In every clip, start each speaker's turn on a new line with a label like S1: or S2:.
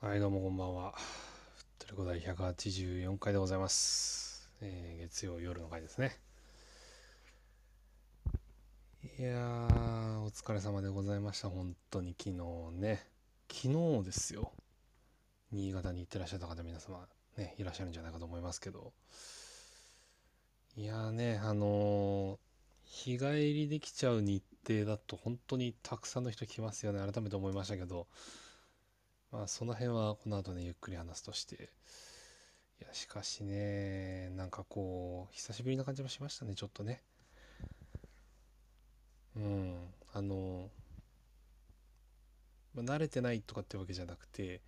S1: はい、どうもこんばんは。ふっとりこ第184回でございます。えー月曜夜の回ですね。いやー、お疲れ様でございました。本当に昨日ね。昨日ですよ。新潟に行ってらっしゃった方、皆様、ね、いらっしゃるんじゃないかと思いますけど。いやーね、あのー日帰りできちゃう日程だと、本当にたくさんの人来ますよね。改めて思いましたけど。まあその辺はこの後ねゆっくり話すとしていやしかしねなんかこう久しぶりな感じもしましたねちょっとねうんあの、まあ、慣れてないとかってわけじゃなくて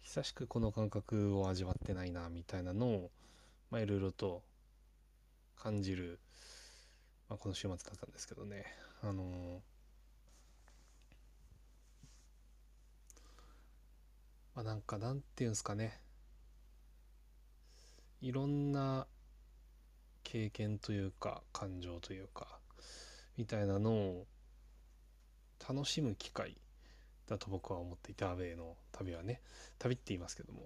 S1: 久しくこの感覚を味わってないなみたいなのをまあいろいろと感じる、まあ、この週末だったんですけどねあのまあ、なんかなんていうんですかねいろんな経験というか感情というかみたいなのを楽しむ機会だと僕は思っていてアウェイの旅はね旅って言いますけども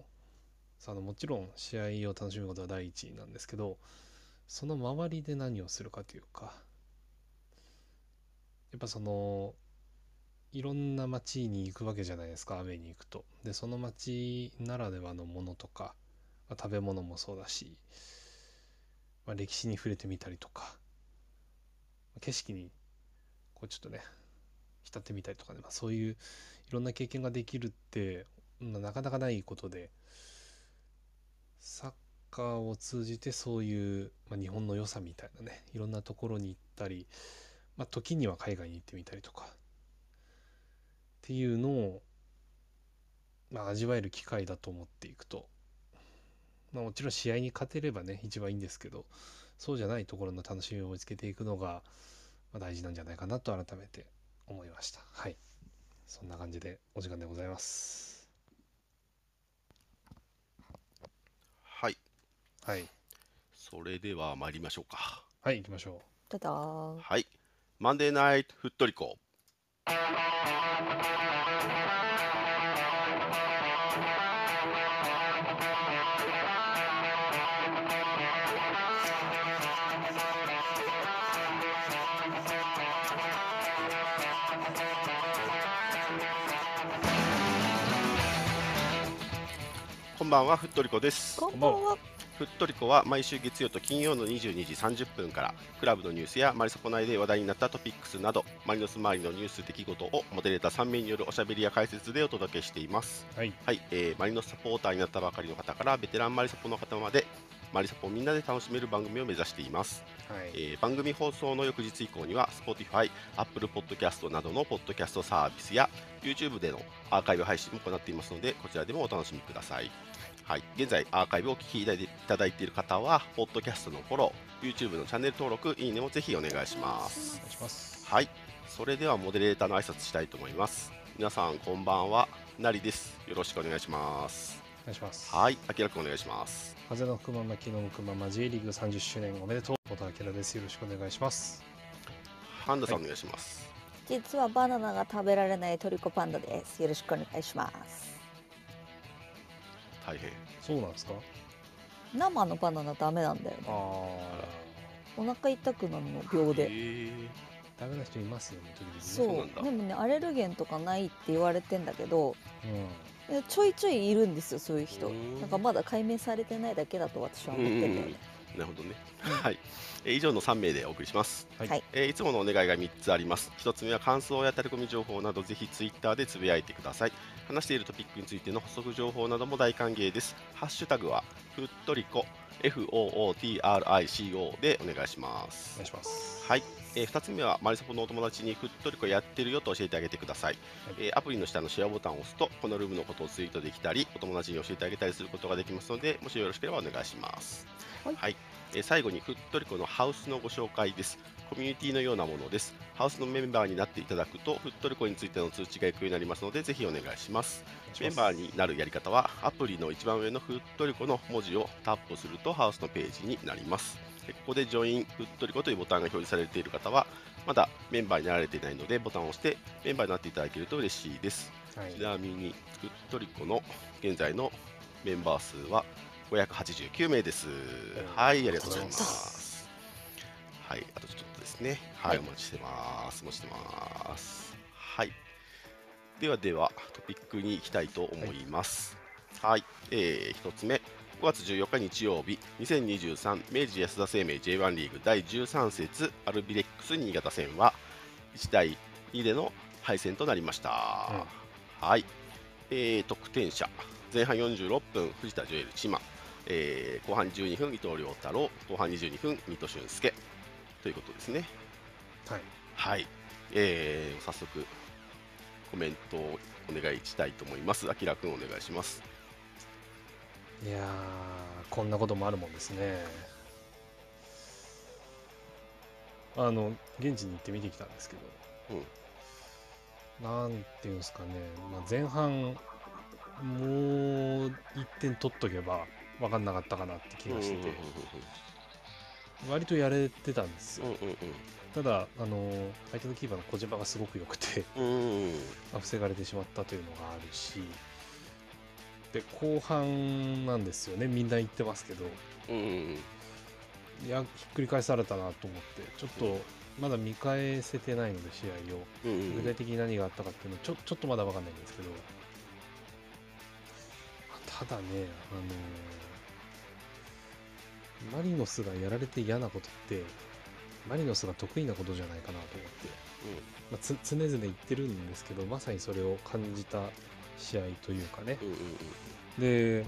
S1: そのもちろん試合を楽しむことは第一なんですけどその周りで何をするかというかやっぱそのいろんな町に行くわけじゃないですかアウェイに行くとでその町ならではのものとか、まあ食べ物もそうだし、まあ、歴史に触れてみたりとか景色にこうちょっとね浸ってみたりとかね、まあ、そういういろんな経験ができるって、まあなかなかないことでサッカーを通じてそういう、まあ、日本の良さみたいなねいろんなところに行ったり、まあ、時には海外に行ってみたりとかっていうのを、まあ、味わえる機会だと思っていくと、まあ、もちろん試合に勝てればね一番いいんですけどそうじゃないところの楽しみを見つけていくのが、まあ、大事なんじゃないかなと改めて思いましたはいそんな感じでお時間でございます
S2: はい、
S1: はい
S2: それでは参りましょうか。
S1: はい行きましょ
S3: ただー
S2: はい、マンデーナイトふっとりこ。こんばんは、ふっとりこです。
S3: こんばんは
S2: ふっとりこは毎週月曜と金曜の22時30分からクラブのニュースやマリサポ内で話題になったトピックスなどマリノス周りのニュース出来事をモデレーター3名によるおしゃべりや解説でお届けしています
S1: うはい
S2: はい、えーマリノスサポーターになったばかりの方からベテランマリサポの方までマリサポをみんなで楽しめる番組を目指しています、
S1: はい
S2: えー番組放送の翌日以降には Spotify、Apple Podcast などのポッドキャストサービスや YouTube でのアーカイブ配信も行っていますのでこちらでもお楽しみください、はい、現在アーカイブをお聞きいただいている方はポッドキャストのフォロー YouTube のチャンネル登録いいねもぜひお願いします
S1: お願いします
S2: はいそれではモデレーターの挨拶したいと思います皆さんこんばんはなりですよろしくお願いします
S1: お願いします
S2: はい明らくんお願いします
S1: 風の吹くまま昨日のくまま J リーグ30周年おめでとう元明ですよろしくお願いします
S2: ハンダさんお願いします、
S3: 実はバナナが食べられないトリコパンダですよろしくお願いします
S2: 大変
S1: そうなんですか
S3: 生のバナナダメなんだよ
S1: あ
S3: ね
S1: あ
S3: お腹痛くなるの秒
S2: へ
S3: で
S2: ー
S1: ダメな人いますよね時々ね
S3: そう
S2: そうなんだ
S3: でもねアレルゲンとかないって言われてんだけど
S1: うん
S3: えちょいちょいいるんですよそういう人
S2: うん
S3: なんかまだ解明されてないだけだと私は思ってるよね
S2: なるほどね。はい、えー以上の3名でお送りします。
S1: はい
S3: はい
S2: えーいつものお願いが3つあります。1つ目は感想やタレコミ情報などぜひツイッターでつぶやいてください。話しているトピックについての補足情報なども大歓迎です。ハッシュタグはふっとりこ FOOTRICO でお願いしま
S1: お
S2: す
S1: 願い。します
S2: はい、え2つ目はマリサポのお友達にふっとりこやってるよと教えてあげてください、えーアプリの下のシェアボタンを押すとこのルームのことをツイートできたりお友達に教えてあげたりすることができますのでもしよろしければお願いします
S3: はい
S2: えー最後にふっとりこのハウスのご紹介ですコミュニティのようなものですハウスのメンバーになっていただくとふっとりこについての通知が行くようになりますのでぜひお願いしますメンバーになるやり方はアプリの一番上のふっとりこの文字をタップするとハウスのページになりますでここで「ジョインふっとりこ」というボタンが表示されている方はまだメンバーになられていないのでボタンを押してメンバーになっていただけると嬉しいです
S1: はい
S2: ちなみにフットリコの現在のメンバー数は589名です。はい、ありがとうございます。はい、あとちょっとですね。はい、
S3: は
S2: お待ちしてます。お待ちしてます。はい。ではではトピックに行きたいと思います。はい、えー、1つ目。5月14日日曜日、2023明治安田生命 J1 リーグ第13節アルビレックス新潟戦は1対2での敗戦となりました。はい、えー、得点者前半46分藤田ジョエル千葉、えー後半12分伊藤亮太郎後半22分水戸俊介ということですね
S1: はい
S2: はい、えー、早速コメントをお願いしたいと思いますあきらくんお願いします
S1: いやーこんなこともあるもんですねあの現地に行って見てきたんですけど、なんていうんですかね、まあ、前半もう1点取っとけば分かんなかったかなって気がしてて、割とやれてたんですよ、ただあの相手のキーパーの小島がすごく良くて
S2: うんうんうんうん
S1: まあ防がれてしまったというのがあるしで後半なんですよねみんな言ってますけど
S2: うんうん
S1: いやひっくり返されたなと思ってちょっとまだ見返せてないので試合を
S2: うんうん
S1: 具体的に何があったかっていうのはちょちょっとまだ分かんないんですけどただねあのーマリノスがやられて嫌なことってマリノスが得意なことじゃないかなと思って。まあ、つ常々言ってるんですけどまさにそれを感じた試合というかね
S2: うんうん
S1: でうん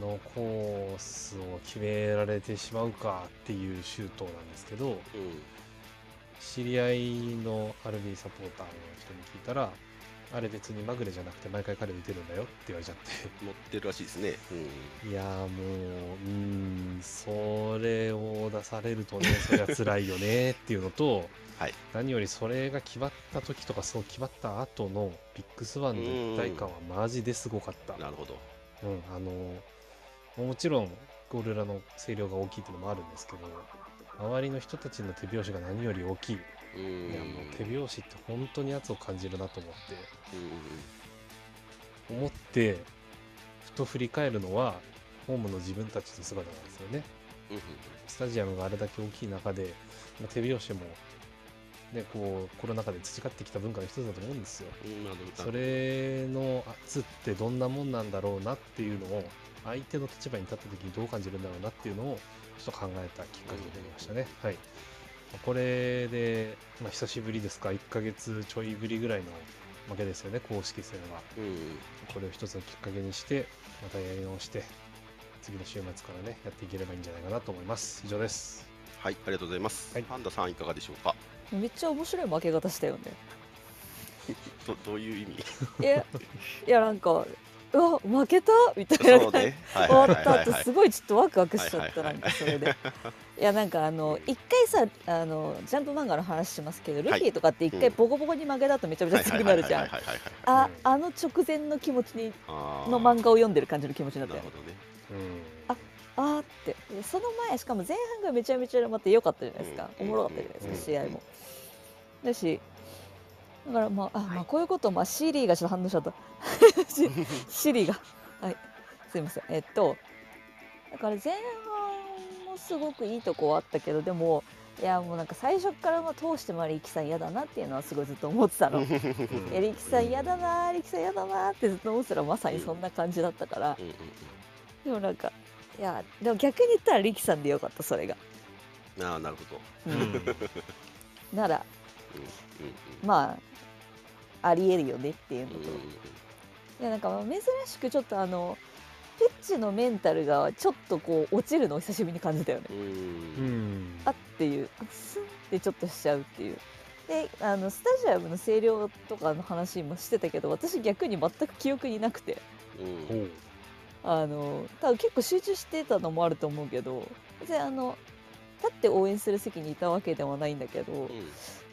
S1: あのコースを決められてしまうかっていうシュートなんですけど
S2: うんうん
S1: 知り合いのアルビーサポーターの人に聞いたらあれ別にまぐれじゃなくて毎回彼打てるんだよって言われちゃって
S2: 持ってるらしいですねうん
S1: いやーもう、うーん、それを出される とね、そりゃ辛いよねっていうのと、
S2: はい
S1: 何よりそれが決まった時とか、そう決まった後のビッグスワンの一体感はマジですごかった。
S2: なるほど
S1: うん、あの、もちろん、ゴール裏の声量が大きいっていうのもあるんですけど、周りの人たちの手拍子が何より大きい。
S2: うん
S1: いや、もう手拍子って本当に圧を感じるなと思って。
S2: うんうん
S1: 思ってふと振り返るのはホームの自分たちの姿なんですよね
S2: うん
S1: スタジアムがあれだけ大きい中で、まあ手拍子も、ね、こうコロナ禍で培ってきた文化の一つだと思うんですよ
S2: うんうんなるほど
S1: それの圧ってどんなもんなんだろうなっていうのを相手の立場に立った時にどう感じるんだろうなっていうのをちょっと考えたきっかけになりましたね、はいまあこれで、まあ、久しぶりですか1ヶ月ちょいぶりぐらいの負けですよね公式戦は
S2: うんうん
S1: これを一つのきっかけにしてまたやり直して次の週末からねやっていければいいんじゃないかなと思います以上です
S2: はい、ありがとうございます。
S1: はい
S2: パンダさんいかがでしょうか。
S3: めっちゃ面白い負け方したよね。
S2: どどういう意味？
S3: いや、いやなんか、うわ、負けたみたいな
S2: そう
S3: 感じ。
S2: ね。はい
S3: 終わ
S2: はい
S3: っ
S2: はい
S3: た
S2: は
S3: 後
S2: い。
S3: すごいちょっとワクワクしちゃった
S2: はいはいはい
S3: なんかそれでいやなんかあの一回さあのジャンプ漫画の話しますけどルフィとかって一
S2: はいう
S3: 回
S2: ん
S3: ボコボコに負けだとめちゃめちゃ強くなるじゃん
S2: はいはいはいはいはい
S3: ああの直前の気持ちに
S2: はい。
S3: の漫画を読んでる感じの気持ちになっ
S2: な
S3: た
S2: る
S3: よ
S2: ほどね。
S1: うん
S3: ああーってでその前しかも前半がめちゃめちゃまた良かったじゃないですか、
S2: うん
S3: おもろかったじゃないですか、
S1: うん
S3: 試合もだしだからまああ、まあこういうことまあシリーがちょっと反応しち ゃったシシリーがはいすいませんえっとだから前半もすごくいいとこはあったけどでもいやもうなんか最初からまあ通してもリキさん嫌だなっていうのはすごいずっと思ってたの
S1: うん
S3: えリキさん嫌だなリキさん嫌だなってずっと思ってたらまさにそんな感じだったから、
S2: うんうん
S3: でもなんかいやでも逆に言ったら力さんでよかったそれが、
S2: うん。ああなるほど。
S3: う
S1: うん
S3: んなら
S2: うんうん
S3: まあありえるよねっていうのと、
S2: うんうんうん
S3: いやなんかまあ珍しくちょっとあのピッチのメンタルがちょっとこう落ちるのを久しぶりに感じたよね、
S2: うん
S1: う
S2: うん
S1: ん
S3: あっていうあスンってちょっとしちゃうっていうであのスタジアムの声量とかの話もしてたけど私逆に全く記憶になくて
S2: うん
S1: ほう
S3: あの多分結構集中してたのもあると思うけど別にあの立って応援する席にいたわけではないんだけど、
S2: うん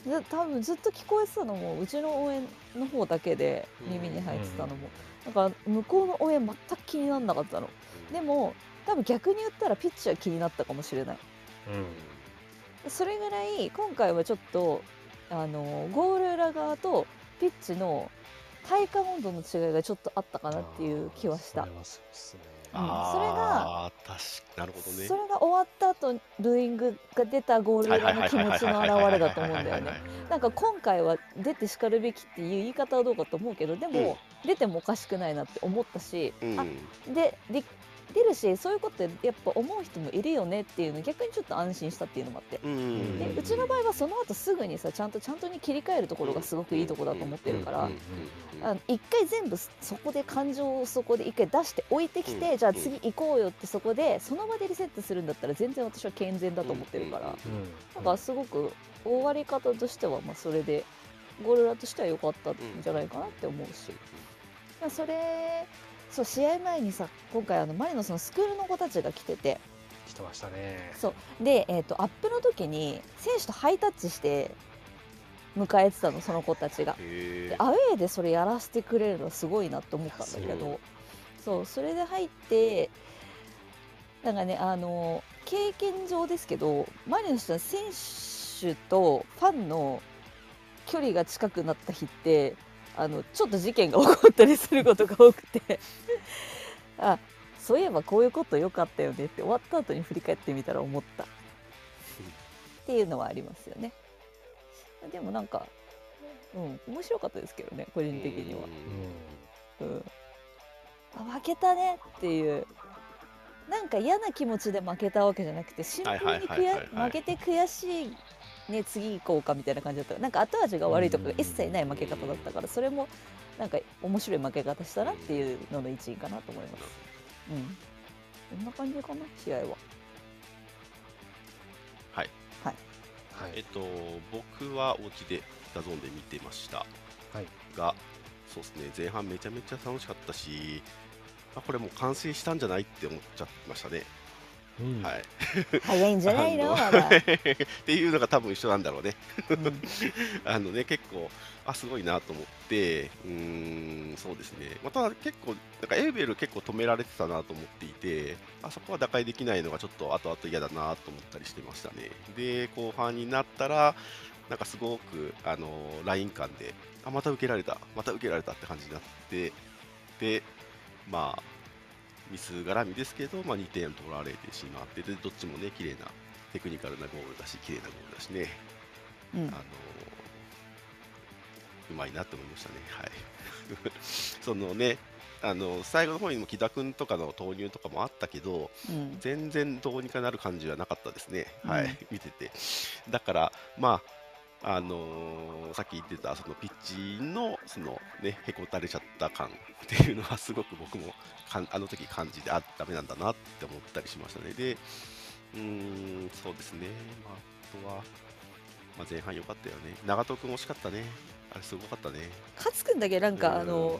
S3: ず多分ずっと聞こえてたのもうちの応援の方だけで耳に入ってたのも、だから向こうの応援全く気にならなかったのでも多分逆に言ったらピッチは気になったかもしれない
S1: うん
S3: それぐらい今回はちょっとあのゴール裏側とピッチの体感温度の違いがちょっとあったかなっていう気はした
S1: あーそれはそうですね
S2: あ
S3: あ
S2: あ、確かなるほどね
S3: そ。れが終わった後ルーイングが出たゴール裏の気持ちの表れだと思うんだよね。なんか今回は出てしかるべきっていう言い方はどうかと思うけどでも出てもおかしくないなって思ったし、
S2: うん、
S3: あでで出るしそういうことやっぱ思う人もいるよねっていうの逆にちょっと安心したっていうのもあって。
S2: うん、
S3: で
S1: ん
S3: うちの場合はその後すぐにさちゃんとちゃんとに切り替えるところがすごくいいとこだと思ってるか
S2: うん
S3: ら
S2: うん
S3: あの一回全部そそこで感情をそこで一回出して置いてきて、
S2: うん
S3: じゃあ次行こうよってそこでその場でリセットするんだったら全然私は健全だと思ってるから、
S1: うん
S3: なんかすごく終わり方としてはまあそれでゴルラとしては良かったんじゃないかなって思うし、まあそれそう試合前にさ今回あのマリノスのスクールの子たちが来てて
S1: 来てましたね
S3: そうで、えー、とアップの時に選手とハイタッチして迎えてたのその子たちが。
S2: へ
S3: で
S2: ー
S3: アウェーでそれやらせてくれるのはすごいなと思ったんだけどそうそれで入ってなんかねあの経験上ですけどマリノスは選手とファンの距離が近くなった日ってあのちょっと事件が起こったりすることが多くてあそういえばこういうこと良かったよねって終わった後に振り返ってみたら思ったっていうのはありますよね。でもなんか、うん、面白かったですけどね個人的には。うん、あ負けたねっていうなんか嫌な気持ちで負けたわけじゃなくてシンプルに
S2: はいはいはいはい
S3: 悔負けて悔しいね次行こうかみたいな感じだったなんか後味が悪いとかが一切ない負け方だったからそれもなんか面白い負け方したなっていうのの一因かなと思います。うんこんな感じかな試合は。
S1: は
S2: えっ
S1: い
S2: と、僕はお家でダゾーンで見てました
S1: はい
S2: が、そうですね、前半めちゃめちゃ楽しかったし、あこれもう完成したんじゃないって思っちゃってましたね。
S1: うん
S2: はい、
S3: 早いんじゃないの
S2: あ
S3: まだ。
S2: っていうのが多分一緒なんだろうね。
S3: うん
S2: あのね結構あすごいなと思ってうーんそうですねまあただ結構なんかエーベル結構止められてたなと思っていてあそこは打開できないのがちょっと後々嫌だなと思ったりしてましたねで後半になったらなんかすごくあのライン間であまた受けられたまた受けられたって感じになってでまあミス絡みですけど、まあ、2点取られてしまってでどっちもね綺麗なテクニカルなゴールだし綺麗なゴールだしね
S3: うん
S2: あのうまいなと思いましたね。はい、 そのねあの最後の方にも木田君とかの投入とかもあったけど
S3: うん
S2: 全然どうにかなる感じはなかったですね、は
S3: うん
S2: い、 見てて。だから、まああのーさっき言ってたそのピッチのその、ね、へこたれちゃった感っていうのはすごく僕もかんあの時感じてあダメなんだなって思ったりしましたね。でうーんそうですね、まあ、あとは、まあ、前半良かったよね長門君惜しかったねあれすごかったね。
S3: 勝つくんだけなんかあ
S2: うん
S3: の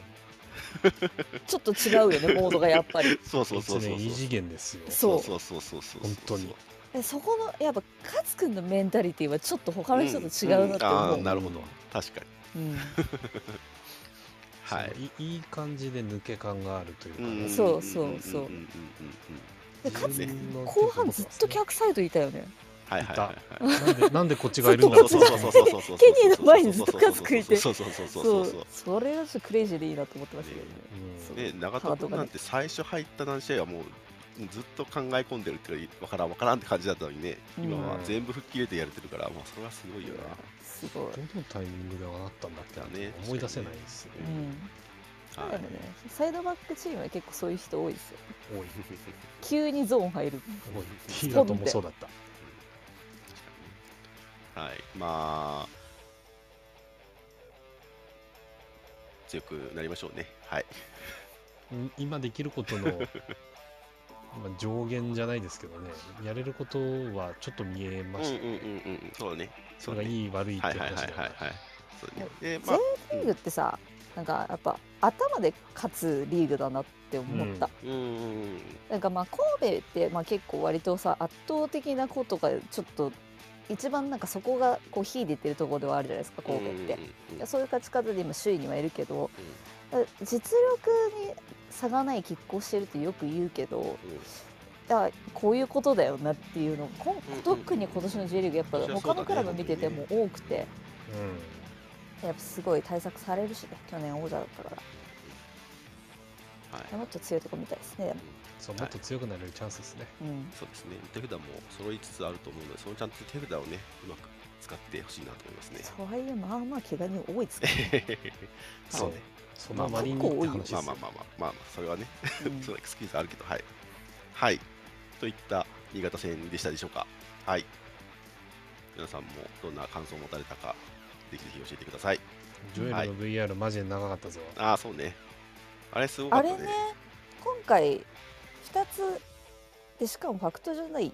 S3: ちょっと違うよねモードがやっぱり。
S2: そうそうそうそう
S1: 一年異次元ですよ
S3: そう
S2: そうそうそう そうそう
S1: 本当に
S3: でそこのやっぱ勝くんのメンタリティはちょっと他の人と違うなって思
S2: んんあ
S3: う、
S2: ーなるほど確かに
S3: うん
S2: はい
S1: そのいいい感じで抜け感があるというかね、
S2: ん
S3: そうそうそ
S2: んん
S3: うん
S2: んん
S3: でかつ
S1: 自分の
S3: 後半ずっと客サイドいたよね
S2: はいはいは
S1: な
S2: いはい
S1: んでなんでこっちがいるんだろ
S2: そううそうそうそうそうそう
S3: ケニーの前にずっとカツクいて
S2: そうそうそうそうそう
S3: それがちょっとクレイジーでいいなと思ってましたけどね
S1: うん
S2: ね長友君なんて最初入った何試合はもうずっと考え込んでるっていうかわからんわからんって感じだったのにね今は全部吹っ切れてやれてるからまあそれはすごいよ
S3: すごい、
S1: どのタイミングでああなったんだっけな
S2: だね
S1: 思い出せないですね
S2: う
S3: うん、
S2: な
S3: そう
S2: は
S3: だよ
S2: い
S3: ねサイドバックチームは結構そういう人多いですよ
S1: 多い
S3: 急にゾーン入る
S1: 多いティーラトもそうだった
S2: はい、まあ、強くなりましょうね。はい。
S1: うん今できること のまあ上限じゃないですけどねやれることはちょっと見えました、
S2: んうん。そうだね。
S1: それがいい悪いって
S2: はいいうはいはい
S1: 話
S2: は
S1: だよ
S2: いはい
S1: ね。
S2: そうね。で、まあ
S3: J、リーグってさなんかやっぱ頭で勝つリーグだなって思った、
S2: うんうん
S3: なんかまあ神戸ってまあ結構割とさ圧倒的なことがちょっと一番なんかそこがこう秀でてるところではあるじゃないですか神戸って。
S2: うんうん
S3: いやそういう勝ち方で今首位にはいるけど、実力に差がない拮抗してるってよく言うけどあこういうことだよなっていうのこん
S2: うんうん
S3: 特に今年の J リーグやっぱ
S2: 今年はそうだ
S3: 他
S2: ね
S3: のクラブ見てても多くて、
S1: うん
S3: やっぱすごい対策されるしね去年王者だったから
S2: はい、
S3: もっと強いとこ見たいですねでも
S1: そうもっと強くなれるチャンスですね、
S3: うん
S2: そうですね手札も揃いつつあると思うのでそのちゃんと手札をねうまく使ってほしいなと思いますね。
S3: とはいえまあまあ怪我人多いですね
S2: そうね、
S1: その割にって話です
S2: ま
S1: よ、
S2: あまあまあまあまあまあそれはね、
S3: う ん
S2: そのエクスキューズあるけどはいはいといった新潟戦でしたでしょうか。はい皆さんもどんな感想を持たれたかぜひぜひ教えてください。
S1: ジョエルの VR マジで長かったぞ、
S2: ああそうねあれすごか
S3: あ
S2: った
S3: れ
S2: ね。
S3: ね今回2つでしかもファクトじゃない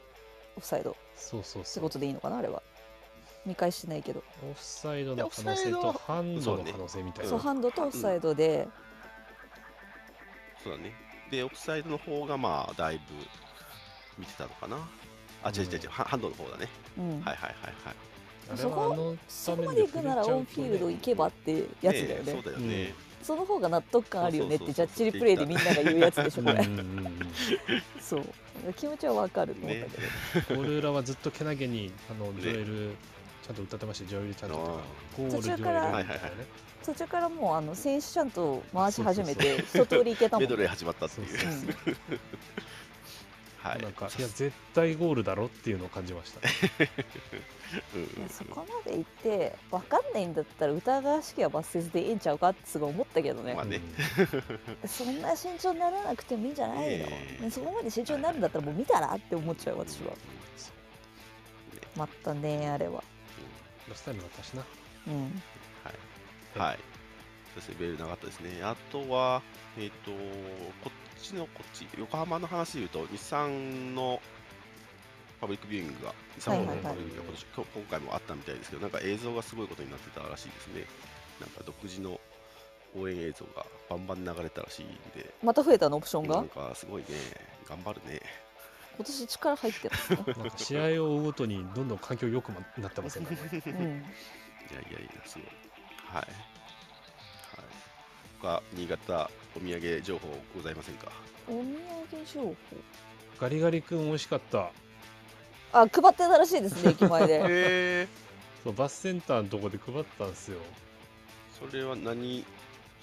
S3: オフサイド
S1: そうそう
S3: 仕
S1: そう
S3: 事でいいのかなあれは見返してないけど
S1: オフサイドの可能性とハンドの可能性みたいな
S3: そうハンドとオフサイドで、
S2: そうだねでオフサイドの方がまあだいぶ見てたのかな。あ違う違う違う、ハハンドの方だね。
S3: うん
S2: はいはいはいはい。
S1: あれ
S3: そ
S1: はあ
S3: こ
S1: の
S3: そこまで行くなら
S1: 触
S3: オン
S1: れちゃうと
S3: フィ
S1: ね
S3: ールド行けばってやつだよね
S2: えそうだよね。
S3: その方が納得感あるよねって
S2: そう
S3: ジ
S2: そ
S3: ャ
S2: う
S3: ッ
S2: そうそ
S3: ジ
S2: う
S3: リプレイでみんなが言うやつでしょこれ
S1: うんうんうんうん
S3: そう気持ちはわかると思ったけど、
S1: ゴール裏はずっとけなげにあの
S2: ね
S1: ジョエルちゃんと歌ってましたよジョエルちゃんととかゴールジョエル
S3: 途中から
S1: みたいなね
S3: 途中からもうあの選手ちゃんと回し始めて一通り行けた も
S2: メ
S3: ん
S2: ドレー始まったって
S1: そ
S2: いうう。
S1: そうそう
S2: はい。
S1: なんか
S2: さ
S1: いや絶対ゴールだろっていうのを感じました、
S2: うんうん
S3: いやそこまで行ってわかんないんだったら疑わしきは罰せずでいいんちゃうかってすごい思ったけどね、
S2: まあね
S3: そんな慎重にならなくてもいいんじゃないの、
S2: ええ
S3: ねそこまで慎重になるんだったらもう見たらって思っちゃう私は
S2: そう
S3: またねあれは
S2: う
S1: ロスタイムだったしな
S3: うん
S2: んはい。そしてベールなかったですね。あとは、えっ、と、こっちの、こっち、横浜の話で言うと、日産のパブリックビューイングが、日産の
S3: はいはい
S2: パ
S3: はい
S2: ブリックビューイングが今年今日今回もあったみたいですけど、なんか映像がすごいことになってたらしいですね。なんか独自の応援映像がバンバン流れたらしいんで、
S3: また増えたのオプションが、
S2: なんかすごいね、頑張るね。
S3: 今年力入ってますね
S1: なんか試合を追うごとにどんどん環境良くなってませんかね
S3: う
S2: いや
S3: ん
S2: いやいや、すごい。はい。はい。他、新潟お土産情報ございませんか。
S3: お土産情報
S1: ガリガリ君美味しかった
S3: あ配ってたらしいですね駅 前で
S2: ええ
S1: そうバスセンターのとこで配ったんですよ
S2: それは何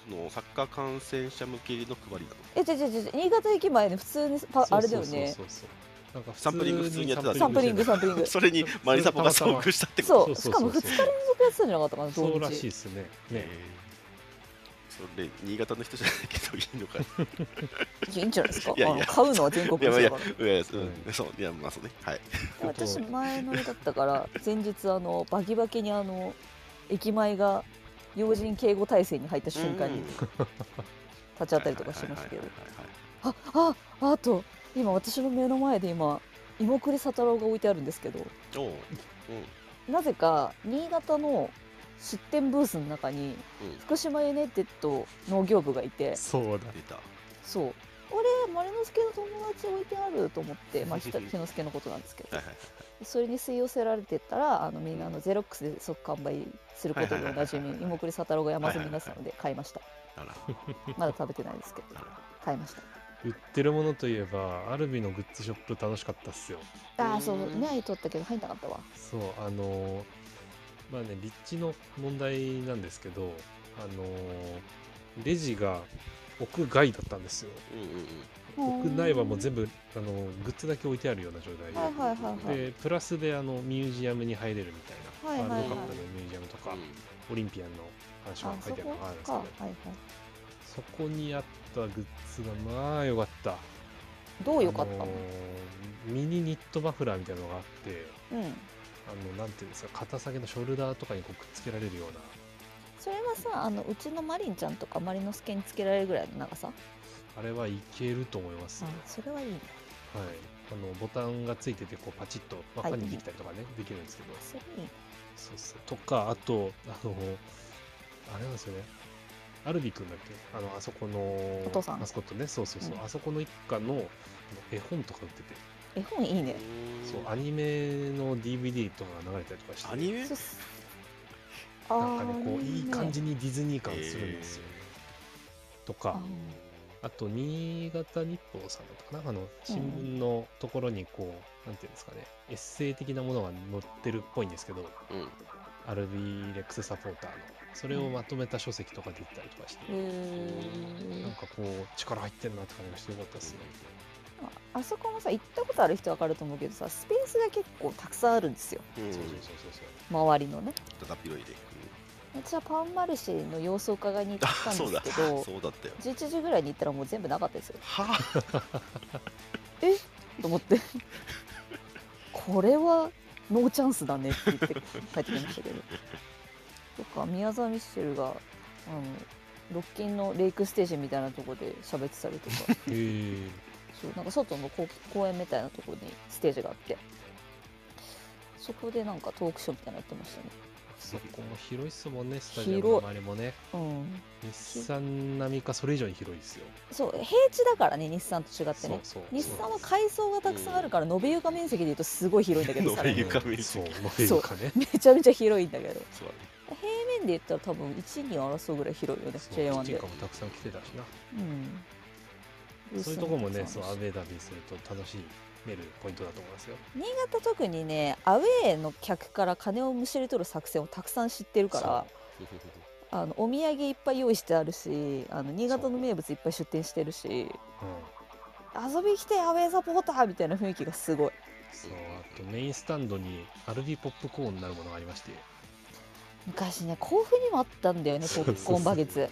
S2: そのサッカー観戦者向けの配りなの
S3: え違う違う違う新潟駅前ね普通にパあれだよね
S1: そうそうそうそうなんか普通に
S2: サンプリング普通にやってたんです
S3: サンプリングサンプリング
S2: それにマリサポが
S1: それたまたま
S2: 遭遇したってこと
S3: そう
S1: そ
S3: し
S1: うそ
S3: か
S1: うそう
S3: も2日連続やってたんじゃなかったかな
S1: そう
S3: 同
S1: らしい
S3: 日
S1: ですね
S2: え
S1: ね
S2: ーそれ、新潟の人じゃないけどいいのかな。
S3: いいんじゃないですか
S2: いやいや
S3: あの買うのは全国
S2: いやま
S3: の
S2: あい
S3: だ
S2: や
S3: からで、
S2: いやいや、うん、そう、いや、まあそうね。はい。
S3: 私前乗りだったから 前日あのバキバキにあの駅前が要人警護体制に入った瞬間に
S2: うん
S3: 立ち会ったりとかしてましたけど
S2: はいはいはいはいはい
S3: あああと今私の目の前で今芋栗佐太郎が置いてあるんですけど
S2: おう
S3: なぜか新潟の出店ブースの中に
S2: うん、うん、
S3: 福島ユネイテッド農業部がいて
S1: そうだ
S2: 出た。
S3: そう俺丸之助の友達置いてあると思ってまあ 木之助のことなんですけど
S2: はいはい。
S3: それに吸い寄せられてったらあのみんなあのゼロックスで即完売することでおなじ
S2: はいはいはい
S3: み
S2: はい
S3: 芋栗佐太郎が山積み出すので買いました
S2: あら、
S3: まだ食べてないですけ
S2: あ
S3: ど
S2: ら。
S3: 買いました
S1: 売ってるものといえばアルビのグッズショップ楽しかったっすよ
S3: ああそうねいとったけど入んなかったわ
S1: そうあのーまあね立地の問題なんですけどあのーレジが屋外だったんですよ
S2: うんうんうん。
S1: 屋内はもう
S3: 部
S1: 全部あのーグッズだけ置いてあるような状態で、
S3: はいはいはいはい
S1: でプラスであのミュージアムに入れるみたいな、
S3: はいはいは
S1: ワール
S3: い
S1: ドカップのミュージアムとか、
S2: うん
S1: オリンピアンの話が
S3: あ
S1: 書い
S3: そ
S1: てある
S3: こ
S1: のがあるんです
S3: か
S1: け
S3: は
S1: ど
S3: いはい
S1: そこにあったグッズがまあ良かった
S3: どうよかった
S1: あの
S3: の
S1: ーミニニットマフラーみたいなのがあって
S3: う
S1: あ
S3: ん
S1: のなんていうんですか肩下げのショルダーとかにこうくっつけられるような
S3: それはさあのうちのマリンちゃんとかマリノスケにつけられるぐらいの長さ
S1: あれはいけると思います、
S3: あそれはいいね
S1: はい、あのボタンがついててこうパチッと、まあ、
S3: はい
S1: ファンにできたりとかね、できるんですけど
S3: それいいね
S1: そうそうとかあとあのあれなんですよねアルビ君だっけあのあそこの
S3: お父さん
S1: マスコットねそうそうそう、
S3: うん
S1: あそこの一家のあの絵本とか売ってて、
S3: 絵本いいね
S1: そうアニメの DVD とかが流れたりとかして
S2: アニメ
S3: そうっすあ
S1: なんかね
S3: ー
S1: こういい感じ
S3: ね
S1: にディズニー感するんですよね、とかあと新潟日報さんだったかなあの新聞のところにこう、なんていうんですかねエッセイ的なものが載ってるっぽいんですけど
S2: うん。
S1: アルビレックスサポーターのそれをまとめた書籍とかで売ったりとかして、
S3: え
S1: なんかこう力入ってんなって感じがしてよかったですね
S3: あそこもさ行ったことある人わかると思うけどさスペースが結構たくさんあるんですよ
S2: うん、
S1: そうそうそうそ
S3: 周りのね
S2: ただ広いで、
S3: 私はパンマルシェの様子を伺いに行っ
S2: あ
S3: たん
S2: そう
S3: で
S2: だ
S3: すけど
S2: そうだったよ
S3: 11時ぐらいに行ったらもう全部なかったですよ
S2: はあ
S3: と思ってこれはノーチャンスだねって言って帰ってきましたけどとか宮沢ミッシェルがあのロッキンのレイクステージみたいなとこで喋ってたりとか
S1: うへ え
S3: そうなんか外のこう公園みたいなとこにステージがあってそこでなんかトークショーみたいなのやってましたね
S1: そこも広いっすもんねスタジアムの周りもね
S3: うん
S1: 日産並みかそれ以上に広いっすよ
S3: そう平地だからね日産と違って
S1: そう
S3: ね
S1: そう
S3: 日産は階層がたくさんあるから延べ床面積でいうとすごい広いんだけどさ
S2: 延べ床面積
S1: そう延べ床ね
S3: めちゃめちゃ広いんだけど
S2: そうだね
S3: 平面で言ったら多分1に争うぐらい広いよね
S1: そうキ
S3: J1
S1: ッチン
S3: で
S1: カーもたくさん来てたしな
S3: うん
S1: そういうとこもねそうアウ
S3: 新
S1: ェーダビーすると楽しめるポイントだと思いますよ
S3: 潟特にねアウェーの客から金をむしり取る作戦をたくさん知ってるからあのお土産いっぱい用意してあるしあの新潟の名物いっぱい出店してるし
S1: そう、うん
S3: 遊びに来てアウェーサポーターみたいな雰囲気がすごい
S1: そうあとメインスタンドにアルビポップコーンになるものがありまして
S3: 昔ね甲府にもあったんだよねポップコーンバケツ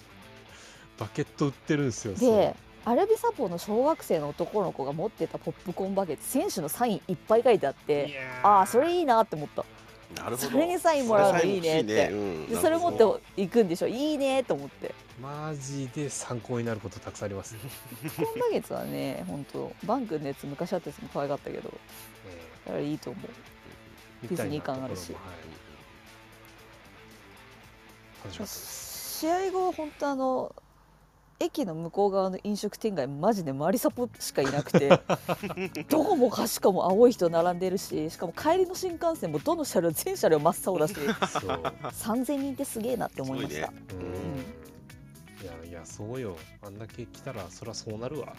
S1: バケット売ってるんですよ
S3: でアルビサポの小学生の男の子が持ってたポップコーンバケツ選手のサインいっぱい書いてあってああそれいいなって思った
S2: なるほど
S3: それにサインもらうのいいねって
S2: それサイン欲しいねうん
S3: で
S2: な
S3: それ
S2: るほ
S3: 持
S2: ど
S3: って行くんでしょいいねと思って
S1: マジで参考になることたくさんあり ます、
S3: コーンバケツはね本当バンクのやつ昔あったやつも可愛かったけど
S1: え
S3: だからいいと思
S1: ー
S3: ディズニー
S1: みたいな
S3: 感ある
S1: とこ
S3: し
S1: ろもはい楽しかっ
S3: う
S1: たです
S3: 試合後本当あの駅の向こう側の飲食店街マジでマリサポしかいなくてどこもかしかも青い人並んでるししかも帰りの新幹線もどの車両全車両真っ青だし
S1: そう
S3: 3000人ってすげえなって思いました、
S2: す
S1: う んいやいやそうよあんだけ来たらそりゃそうなるわ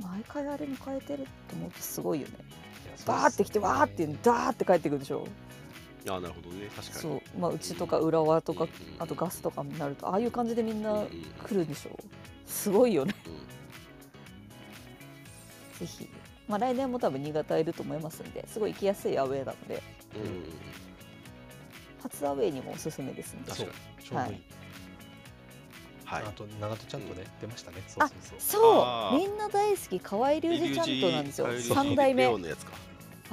S3: 毎回あれに変えてるって思うとすごいよね
S1: いやそうすね
S3: バーって来てわーってダーって帰ってくるでしょ
S2: あなるほどね確かに
S3: そうまあうちとか浦和とか
S2: うん
S3: あとガスとかになるとああいう感じでみん
S2: うん
S3: な
S2: うんうん
S3: 来るんでしょすごいよね
S2: うん
S3: ぜひまあ来年も多分新潟いると思いますんですごい行きやすいアウェーなので
S2: うんうんうん
S3: 初アウェーにもおすすめですね
S2: 確かに
S1: ちょうどいい、
S2: はい
S1: あと長門ちゃんとね、出ましたねそう
S3: あ
S1: そうそう
S3: そ
S2: あー
S3: うみんな大好き河合隆二ちゃんとなんですよ
S2: リュウジ
S3: 3代目
S2: リュウジレオのやつか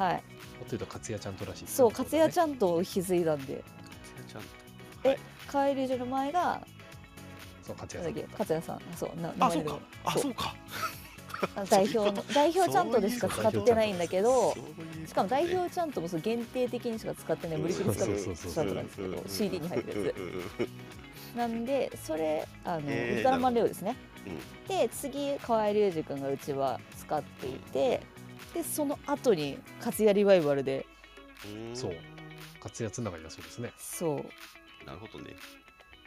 S3: はい
S1: もっと言うと勝也ちゃんとらしい
S3: そう勝也ち
S1: ゃん
S3: ゃんと膝いだんで
S2: ちゃんと
S3: 河合隆二の前が
S1: そう勝
S3: なんだっ
S1: 也
S3: け
S1: さん
S3: 勝也さんそうな名
S2: あ
S3: 前
S2: そう
S3: で
S2: かあそうか
S3: あの代表の代表ちゃんとでしか使ってないんだけど
S2: そういうことね
S3: しかも代表ちゃんともそう限定的にしか使ってない無理くり使って
S1: そうそうそう
S3: 使ってたんですけど CD に入ってるや
S2: うんうんうん
S3: つなんでそれあの、
S2: えー
S3: ウルトラマンレオですね
S2: なる
S3: で次河合隆二君がうちは使っていてでその後に活躍リバイバルで
S2: うん
S1: そう勝也つながりだそうですね
S3: そうっ
S2: なるほどね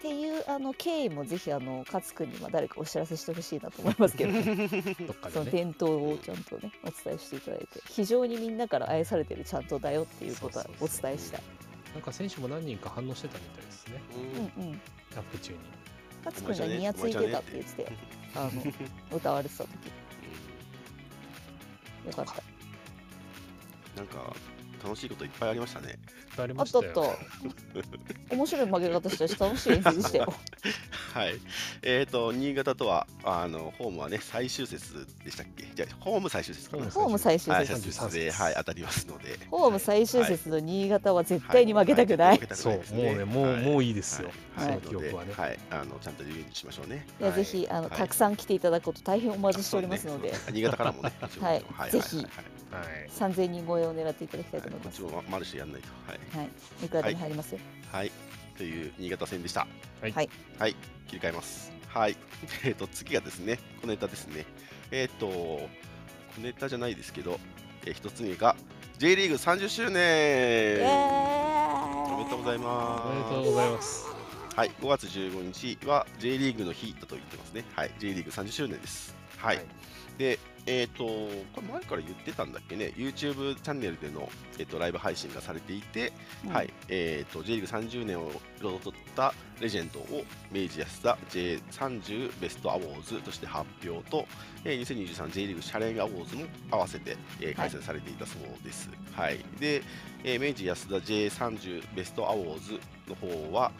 S3: ていうあの経緯もぜひあの勝君には誰かお知らせしてほしいなと思いますけど、
S1: どっかで
S3: その
S1: ね
S3: 伝統をちゃんとねお伝えしていただいて非常にみんなから愛されてるちゃんとだよっていうことはお伝えしたい。
S1: なんか選手も何人か反応してたみたいですね、
S2: うん
S3: うんうん
S1: アップ中に。
S3: 勝君がニヤついてたって言っててあの歌われてた時よかった
S2: なんか楽しいこといっぱいありましたね
S1: あり
S3: あ
S1: ま
S3: っ
S1: したた
S3: あっ
S1: よ。
S3: た面白い曲げ方したし楽しい演説でし たよ
S2: はい。えっ、と、新潟とは、あの、ホームはね、最終節でしたっけじゃあホーム最終節かな。
S3: ホーム最終
S2: はい、
S3: 節
S2: 最終節で、
S1: 33
S2: はい、当たりますので。
S3: ホーム最終節の新潟は絶対に負けたくない、
S2: はいは
S1: そう、もうね、もう、もういいですよ。その記憶はね。
S2: はい、あの、ちゃんとリベンジしましょうね。
S3: やぜひあの、たくさん来ていただくこと大変お待ちしておりますので、
S2: そうねそう新潟からもね、一応
S3: はいぜひ
S2: はい
S1: はい。
S3: 3000人超えを狙っていただきた
S2: はい
S3: いと思い
S2: こっ
S3: ま
S2: ち
S3: す、
S2: も
S3: はい
S2: まマルシェやんないと。はい。
S3: いくらでも入りますよ、
S2: はい、という新潟戦でした。
S1: はい
S3: はい、
S2: はい、切り替えます。はい、 えっ、と、次がですね、小ネタですね。えっ、と、小ネタじゃないですけど、えー一つ目が J リーグ30周
S3: イ
S2: 年。
S3: エーイ
S2: おめでとうござい
S1: おめでと
S2: ま
S1: うございます。
S2: す。はい、5月15日は J リーグの日だと言ってますね。はい、J リーグ30周年です。はい、
S1: はい
S2: で、えっ、と、これ前から言ってたんだっけね、YouTube チャンネルでの、えー、とライブ配信がされていて、はい、えーと、J リーグ30年を彩ったレジェンドを明治安田 J30 ベストアワーズとして発表と、えー、2023 J リーグシャレンアワーズも合わせて、えー開催されていたそうです。はい、で、えー明治安田 J30 ベストアワーズの方は、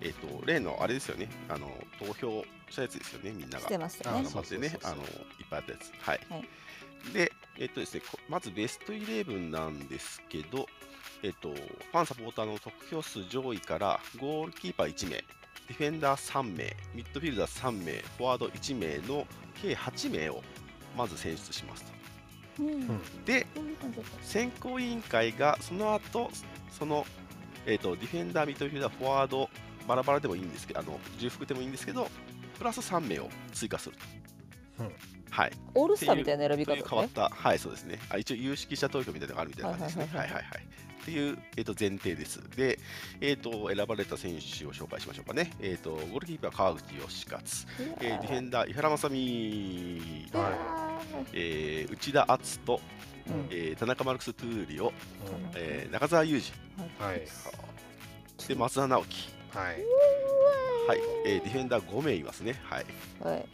S2: えーと、例のあれですよね、あの投票したやつですよね、みんな
S3: し
S2: が
S3: て。ました
S1: あ
S2: あ
S3: ね
S2: の。待ってね
S1: そう、そうそ
S2: あ
S1: う
S2: の
S1: そ
S2: いっぱいあったやつ。はい。
S3: は
S2: で、えっとですね、こまずベストイレブンなんですけど、えっと、ファンサポーターの得票数上位からゴールキーパー1名、ディフェンダー3名、ミッドフィルダー3名、フォワード1名の計8名をまず選出しますと。
S3: うん
S1: ん
S2: で、
S3: こういう感じだった
S2: 選考委員会がその後その、えー、とディフェンダー、ミッドフィルダー、フォワード、バラバラでもいいんですけど、あの重複でもいいんですけど、プラス3名を追加すると。
S1: うん
S2: はい、
S3: オールスターみたいな選び
S2: と
S3: 方
S2: いう
S3: だ
S2: 変わっ
S3: ね。
S2: た、はい、そうですね。あ一応、有識者投票みたいなのがあるみたいな感じですね。
S3: は
S2: はいい
S3: はい
S2: はい
S3: は
S2: はい。っていう、えっと前提です。で、えっと選ばれた選手を紹介しましょうかね。えっとゴールキーパー、川口義勝、えーディフェンダー、伊原正美、
S1: ダー
S2: えー内田篤人、
S3: うん
S1: うん
S2: えー田中マルクス・トゥーリオ、
S1: うん
S2: えー中澤裕
S1: はい
S2: 二、で松田直樹、
S1: はい
S2: はいえーディフェンダー5名いますね。はい、
S3: はい。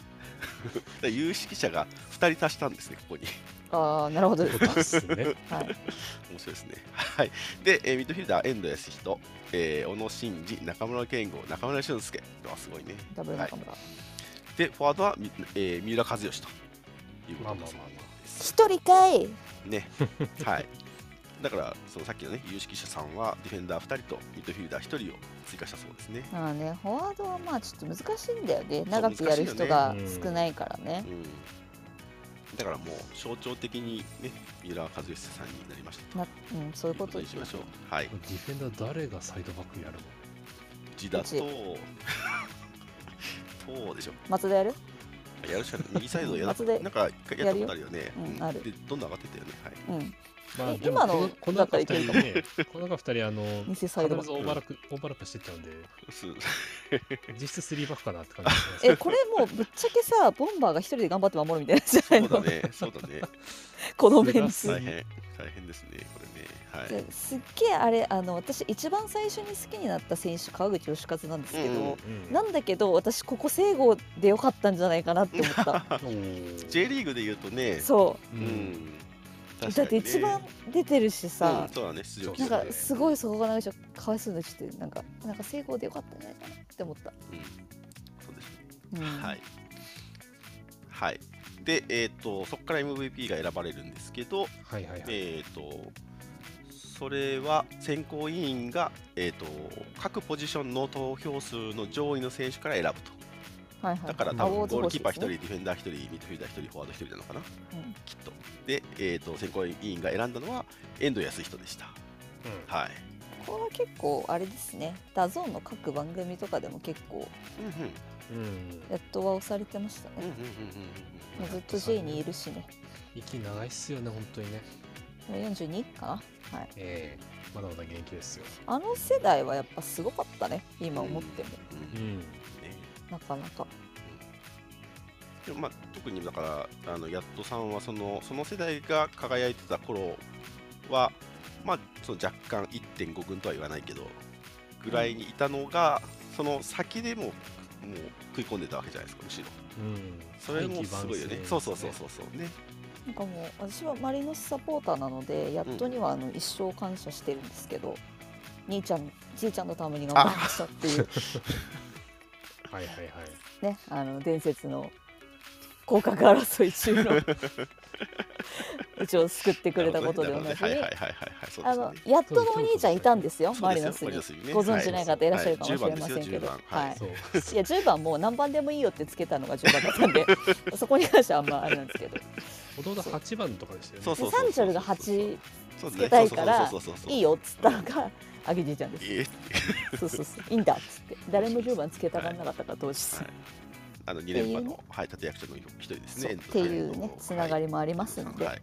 S2: で有識者が2人足したんですね、ここに。
S3: ああ、なるほど。はい。
S1: そうですね
S2: 面白いですね。 はい。で、えーミッドフィルダー、遠藤康人、えー小野伸二、中村健吾、中村俊輔。あ、すごいね。
S3: ダブル中村。
S2: で、フォワードはみ、えー三浦和義というこ
S1: まあ
S2: と
S1: まあま
S2: です。
S1: あま
S3: 一人かい。
S2: ね。はい。 だから、そのさっきのね、有識者さんは、ディフェンダー2人とミッドフィルダー1人を追加したそうですね。
S3: まあね、フォワードはまあちょっと難しいんだよね。長くやる人が
S1: 難しいよね
S3: 少ないからね
S2: う。ん。だからもう、象徴的にね、三浦和義さんになりました。
S3: な、うん、そういうこと
S2: にしましょう。はい。
S1: ディフェンダー誰がサイドバックやるの
S2: 内田と、 そうでしょ。
S3: 松田やる？
S2: やるしかない。右サイドや
S3: 松で
S2: だなんか一回やったことあるよね。
S3: うん
S2: うん
S3: ある
S2: で、どんどん上がってったよね。はい。
S3: うん。
S1: まあ
S3: え
S1: でも
S3: 今の
S1: こ
S3: だ
S1: の
S3: っ
S1: 中
S3: たら
S1: 二
S3: いける
S1: 人
S3: かも
S1: ねこの中二人あの
S3: 偽サイドバ
S1: 必
S3: ッ
S1: ずオ
S3: ク。
S1: ーバーラップオーバーラップしてっちゃうんです 実質スリーバックかなって感じがします
S3: え、これもうぶっちゃけさ、 ボンバーが一人で頑張って守るみたいなやつじゃな
S2: そう
S3: い
S2: だ
S3: の？
S2: ね。そうだね。
S3: このメンツ。
S2: 大変。大変ですね。これね。はい。
S3: ですっげえあれあの私一番最初に好きになった選手川口義和なんですけど、
S2: うんうん
S1: うん
S3: なんだけど私ここ西郷でよかったんじゃないかなって 思った
S1: おー
S2: J リーグで言うとね。
S3: そう
S2: う
S3: う、
S1: うん
S2: ん。確か
S3: だ
S2: に
S3: って一番出てるし
S2: ね
S3: さ
S2: うん、そうだね。出場機
S3: な
S1: そう
S2: 会
S3: んか
S1: だね
S3: すごいそこがなんかちょっとかわいそうなちょっとなんかなんか西郷でよかったんじゃないかなって思った、
S2: うんそうですね
S3: うん
S2: はい。はい。で、えっと、そこから MVP が選ばれるんですけど、
S1: はいはいはい
S2: えー、とそれは選考委員が、えー、と各ポジションの投票数の上位の選手から選ぶと
S3: はいはい
S2: だから
S1: うん
S2: 多
S1: ア
S2: 分
S1: ウ
S2: ゴ
S1: ォーズ
S2: ールキーパー1人、
S3: 方式
S2: ディフェンダー1人ミッドフィルダー1人フォワード1人なのかな
S3: ですね
S2: きっとで、えー、と選考委員が選んだのは遠藤康人でした
S1: うん
S2: はい、
S3: うんここは結構あれですねダゾーンの各番組とかでも結構
S2: うんうん
S1: うん
S3: やっとは押されてました
S2: うんうん
S3: ね、
S2: うん
S1: うん
S3: ずっと J にいるしね
S1: 息長いっすよね本当にね
S3: もう42かなはい
S1: ええまだまだ元気ですよ
S3: あの世代はやっぱすごかったね今思っても、
S2: うんうんうん
S1: うん
S2: ね
S3: なかなか
S2: でもまあ、特にだからあのやっとさんはそのその世代が輝いてた頃は、まあ、その若干1.5軍とは言わないけどぐらいにいたのが、その先でももう食い込んでたわけじゃないですかむしろ
S1: うん
S2: それもすごいよねそうそうそうそうそうね
S3: なんかもう私はマリノスサポーターなのでやっとにはあの一生感謝してるんですけど、兄ちゃんじいちゃんのために頑張りましたっていう
S1: うはいはいはい
S3: ねあの伝説の降格争い中 の一応救ってくれたことでおなじ
S2: はい
S3: み
S2: はいはいはいはいそうで
S3: あ
S2: すね
S3: のやっとのお兄ちゃんいたんですよ
S2: そう
S3: マ
S2: で
S3: リ
S2: す
S3: ノ
S2: よ
S3: スに。
S2: マリノスに
S3: ご存知ない方いらっしゃるかもし
S2: はい
S3: れませんけど、
S2: 10番ですよ10番はい
S3: い
S1: そう
S3: いや10番もう何番でもいいよってつけたのが10番だったん でそこに関してはあんまあれなんですけどで
S1: もともと8番とかでしたよね
S2: そうそう
S3: サンチョルが8
S2: そうです
S3: つけたいから
S2: そうそうそうそうそう
S3: いいよっつったのがアゲじいちゃんです
S2: いいえ
S3: そうそうそういいんだっつって誰も10番つけたがんなかったから当日、
S2: はいあの2連覇の、はい、立役者の一人です
S3: そ
S2: ね
S3: うっていうねつなが
S2: り
S3: りもありますんで、
S2: はい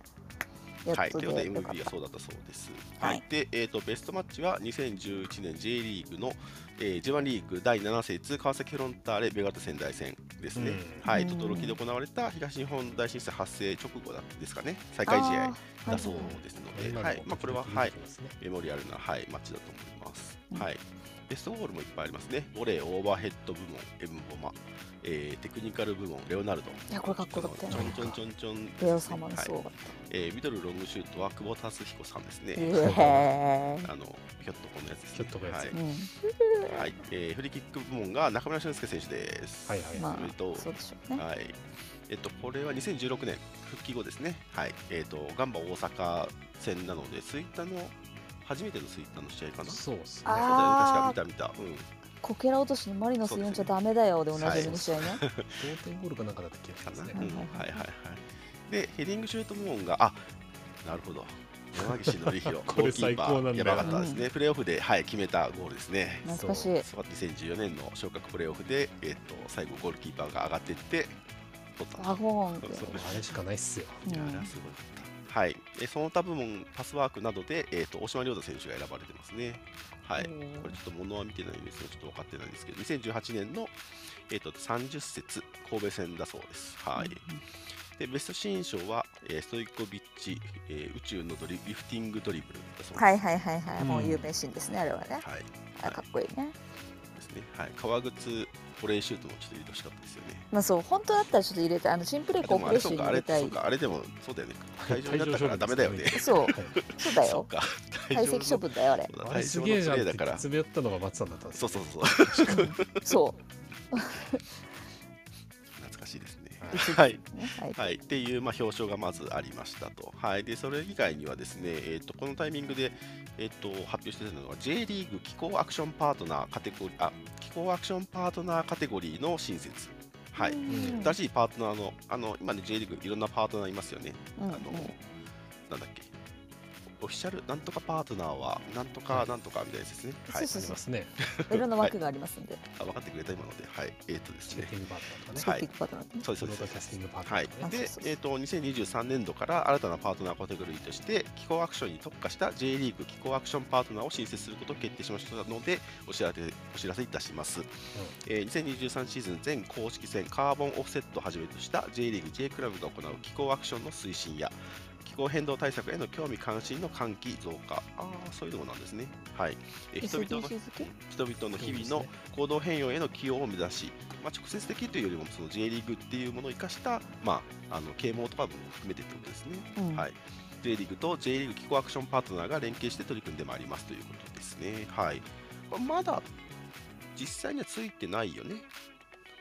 S3: や
S2: はい、
S3: つ
S2: ということで
S3: でよかった
S2: MVP はそうだったそうです。
S3: は
S2: はいい、で、えーと、ベストマッチは2011年 J リーグの、えー、J1 リーグ第7節川崎フロンターレベガタ仙台戦ですね。
S1: うん
S2: はい、
S3: うん
S2: トトロキで行われた東日本大震災発生直後だですかね、再開試合
S3: あー
S2: だそうですので、はいまあ、これは、はい、メモリアルな、はい、マッチだと思います。
S3: うん
S2: はい、ベストゴールもいっぱいありますね。ボレー、オーバーヘッド部門、エムボマ、えーテクニカル部門、レオナルド。
S3: いやこれかっこよかったよ
S2: ち
S3: な
S2: ょんちょんちょんちょんですね。
S3: レオ様の
S2: はい
S3: すごかっ
S2: えーミドルロングシュートは久保達彦さんですね
S3: た。。へ
S2: あのひょっとこのやつです、ね。
S1: ひょっとこのやつ
S2: はい
S3: ーう。ん
S2: はいえーフリーキック部門が中村俊輔選手です。
S1: はいはい
S3: ま
S2: おめでとう
S3: あそうでしょうね。
S2: はい。えっとこれは2016年復帰後ですね。はい。えっ、とガンバ大阪戦なので吹田の初めての吹田の試合かな。
S1: そうですね
S3: あー
S2: そうだよね。確か見た見た。
S3: こけら落としにマリノス
S2: そうで
S3: 4
S2: すね
S3: ちゃダメだよでおなじみの試合ね。
S1: 同点ゴールかなんかだった気がします
S2: うん。
S1: ね
S2: かな。うん。
S3: は
S2: はいいはい
S3: ははい
S2: いはい。でヘディングシュート部門があなるほど。山岸紀弘、ゴ
S1: これ
S2: ールキーパ
S1: 最高なん
S2: ー、
S1: だ
S2: やばかったですね、プレーオフで、はい、決めたゴールですね。
S3: 懐かしい。
S2: そう2014年の昇格プレーオフで、えっと最後ゴールキーパーが上がっていって取った
S3: ワゴーンって。
S2: そう
S1: あれしかないっすよ。
S3: うん
S2: いやあれはすごかった、はい、えその他部門パスワークなどで、えー、と大島亮太選手が選ばれてますねはいこ
S3: うん
S2: れちょっと物は見てないんですけどちょっと分かってないんですけど2018年の、えー、と30節神戸戦だそうですはいでベスト新賞は、えーストイコビッチ、えー宇宙のドリリフティングドリブルだそうです
S3: はい
S2: い、
S3: はいはいはい、
S1: うん
S3: もう有名シーンですねあれはね。
S2: はい
S3: あかっこいい
S2: で
S3: ね。
S2: すねはい、革靴ボレーシュートもちょっと入れてほしかったですよね
S3: まあそう本当だったらちょっと入れたいあのシンプル
S2: あ
S3: コ
S2: で
S3: ー
S2: も
S3: プ
S2: あ
S3: レッ
S2: れそ
S3: シュ
S2: う
S3: に
S2: かあ
S3: 入
S2: れそ。か
S3: れたいう
S2: あれでもそうだよね 会場になったからダメ だよね
S3: そう
S1: はい
S3: そうだ
S2: そう
S3: よ。
S2: か
S3: 排斥処分だよあれ。
S2: そうだ
S1: あれ
S2: 対
S1: す
S2: 象の
S1: げえじゃん
S2: プ
S1: っ
S2: レ
S1: て
S2: ーだから
S1: つぶやったのが松さんだったんです
S2: そ
S1: よ
S2: うそうそう
S3: そ
S2: 懐かしいですね
S3: う。
S2: はい、
S3: ねはい。
S2: はい、っていう、まあ、表彰がまずありましたと、はい、でそれ以外にはですね、えー、とこのタイミングで、えー、と発表してたのは J リーグ気候アクションパートナーカテゴリーあ気候アクションパートナーカテゴリーの新設はい
S3: うん
S2: 新しいパートナーのあの今ね J リーグいろんなパートナーいますよね
S3: う
S2: あ
S3: ん
S2: のなんだっけオフィシャルなんとかパートナーはなんとかなんとかみたいなやつですね、はい
S3: そ
S1: あ
S3: う
S1: り
S3: そう
S1: ますね。
S3: いろんな枠がありますんで。
S2: あ分かってくれた今のではいえっ、とです
S1: チケ
S2: ね
S1: ッティングパートナーと
S3: チケ
S1: かね。
S3: ッティングパートナーってね
S2: そうです
S1: プ
S2: そう
S1: ロード
S2: です
S1: キャスティングパートナ
S2: は
S1: ー
S2: い
S1: とかね。、
S2: で
S3: そうそうそう
S2: えー、と2023年度から新たなパートナーカテゴリーとして気候アクションに特化した J リーグ気候アクションパートナーを新設することを決定しましたのでお知らせお知らせいたします、えー2023シーズン全公式戦カーボンオフセットをはじめとした J リーグ J クラブが行う気候アクションの推進や気候変動対策への興味関心の喚起増加あーそういうのもなんですねはい、えー人々の
S3: SDGs 付け
S2: 人々の日々の行動変容への寄与を目指し、まあ、直接的というよりもその J リーグっていうものを生かした、まあ、あの啓蒙とかも含めてってことですね、
S3: うん
S2: はい J リーグと J リーグ機構アクションパートナーが連携して取り組んでまいりますということですねはいまあまだ実際にはついてないよね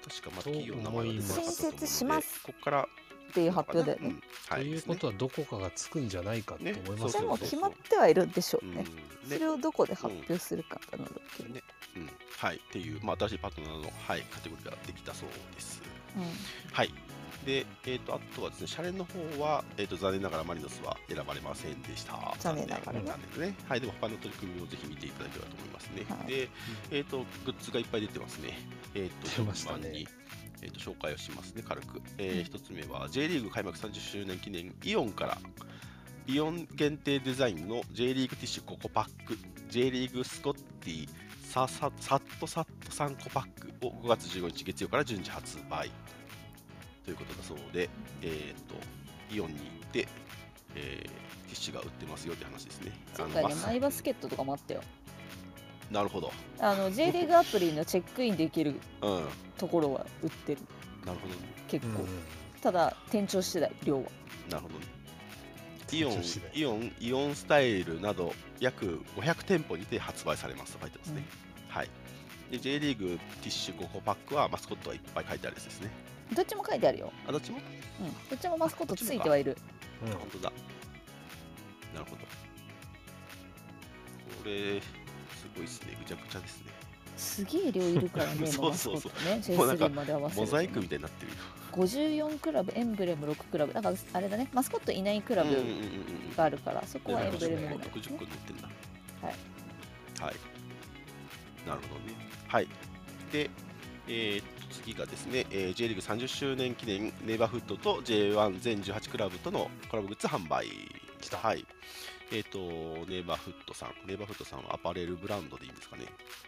S2: 確かまだ企業の名前は出てなかったと思うので
S3: 新設します
S2: ここから
S3: っていう発表で
S2: うんは
S1: と
S2: い
S1: いうことはどこかがつくんじゃないかと思います
S3: で
S1: よ
S2: ね
S3: も
S2: そうそう
S3: 決まってはいるんでしょ
S2: う
S3: うんね。そ
S2: ね
S3: れをどこで発表するかなど。
S2: ねうんはい、っていう、まあ、新しいパートナーの、はい、カテゴリーができたそうです。
S3: うん
S2: はい。で、えっ、と、あとはですね、シャレの方は、えっ、と、残念ながらマリノスは選ばれませんでした。
S3: 残念ながらね
S2: 残念ですね。はい、でも他の取り組みをぜひ見ていただければと思いますね。
S3: はい
S2: で、えっ、と、グッズがいっぱい出てますね。えっ、と、
S1: 出ましたね
S2: 順番にえっと紹介をしますね、軽く。えー
S3: うん
S2: 一つ目は J リーグ開幕30周年記念イオンからイオン限定デザインの J リーグティッシュ5個パック J リーグスコッティさささっとさっと3個パックを5月15日月曜から順次発売ということだそうで、えー、とイオンに行って、えーティッシュが売ってますよって話ですね。
S3: そ
S2: あ
S3: う
S2: の
S3: だ
S2: バ
S3: ね
S2: ス
S3: マイバスケットとかもあったよ。
S2: なるほど。
S3: あの J リーグアプリのチェックインできる
S2: うん。
S3: ところは売ってる
S2: なるほど。
S3: 結
S1: うん
S3: 構、
S1: うん
S3: ただ店長次第量は
S2: なるほどね。イオン
S1: 女子で、
S2: イオン、イオンスタイルなど約500店舗にて発売されますと書いてますね。はい。で J リーグティッシュ5個パックはマスコットがいっぱい書いてあるやつですね。
S3: どっちも書いてあるよ、
S2: あどっちも
S3: うん、どっちもマスコットついてはいる
S1: うん
S2: 本当だ。なるほど。これ、すごいですね。ぐちゃぐちゃですね。
S3: すげえ量いるからね
S2: そうそうそう
S3: マスコットね
S2: もうなんか
S3: J3 まで合わせるとね
S2: モザイクみたいになってるよ。
S3: 54クラブエンブレム6クラブなんかあれだねマスコットいないクラ
S2: うんうんうん
S3: ブがあるから、そこ
S2: うん。
S3: は
S2: な
S3: エ
S2: るほ
S3: ンブ
S2: ど
S3: レ
S2: ね
S3: ムなんだね
S2: 60個載ってんだ。
S3: はい。
S2: はい。なるほどね。はい。で、えーっと次がですね、えー J リーグ30周年記念ネイバーフッドと J1 全18クラブとのコラボグッズ販売
S1: 来た。
S2: はい。えっ、と、ネイバーフットさん。ネイバーフットさんはアパレルブランドでいいんですかね。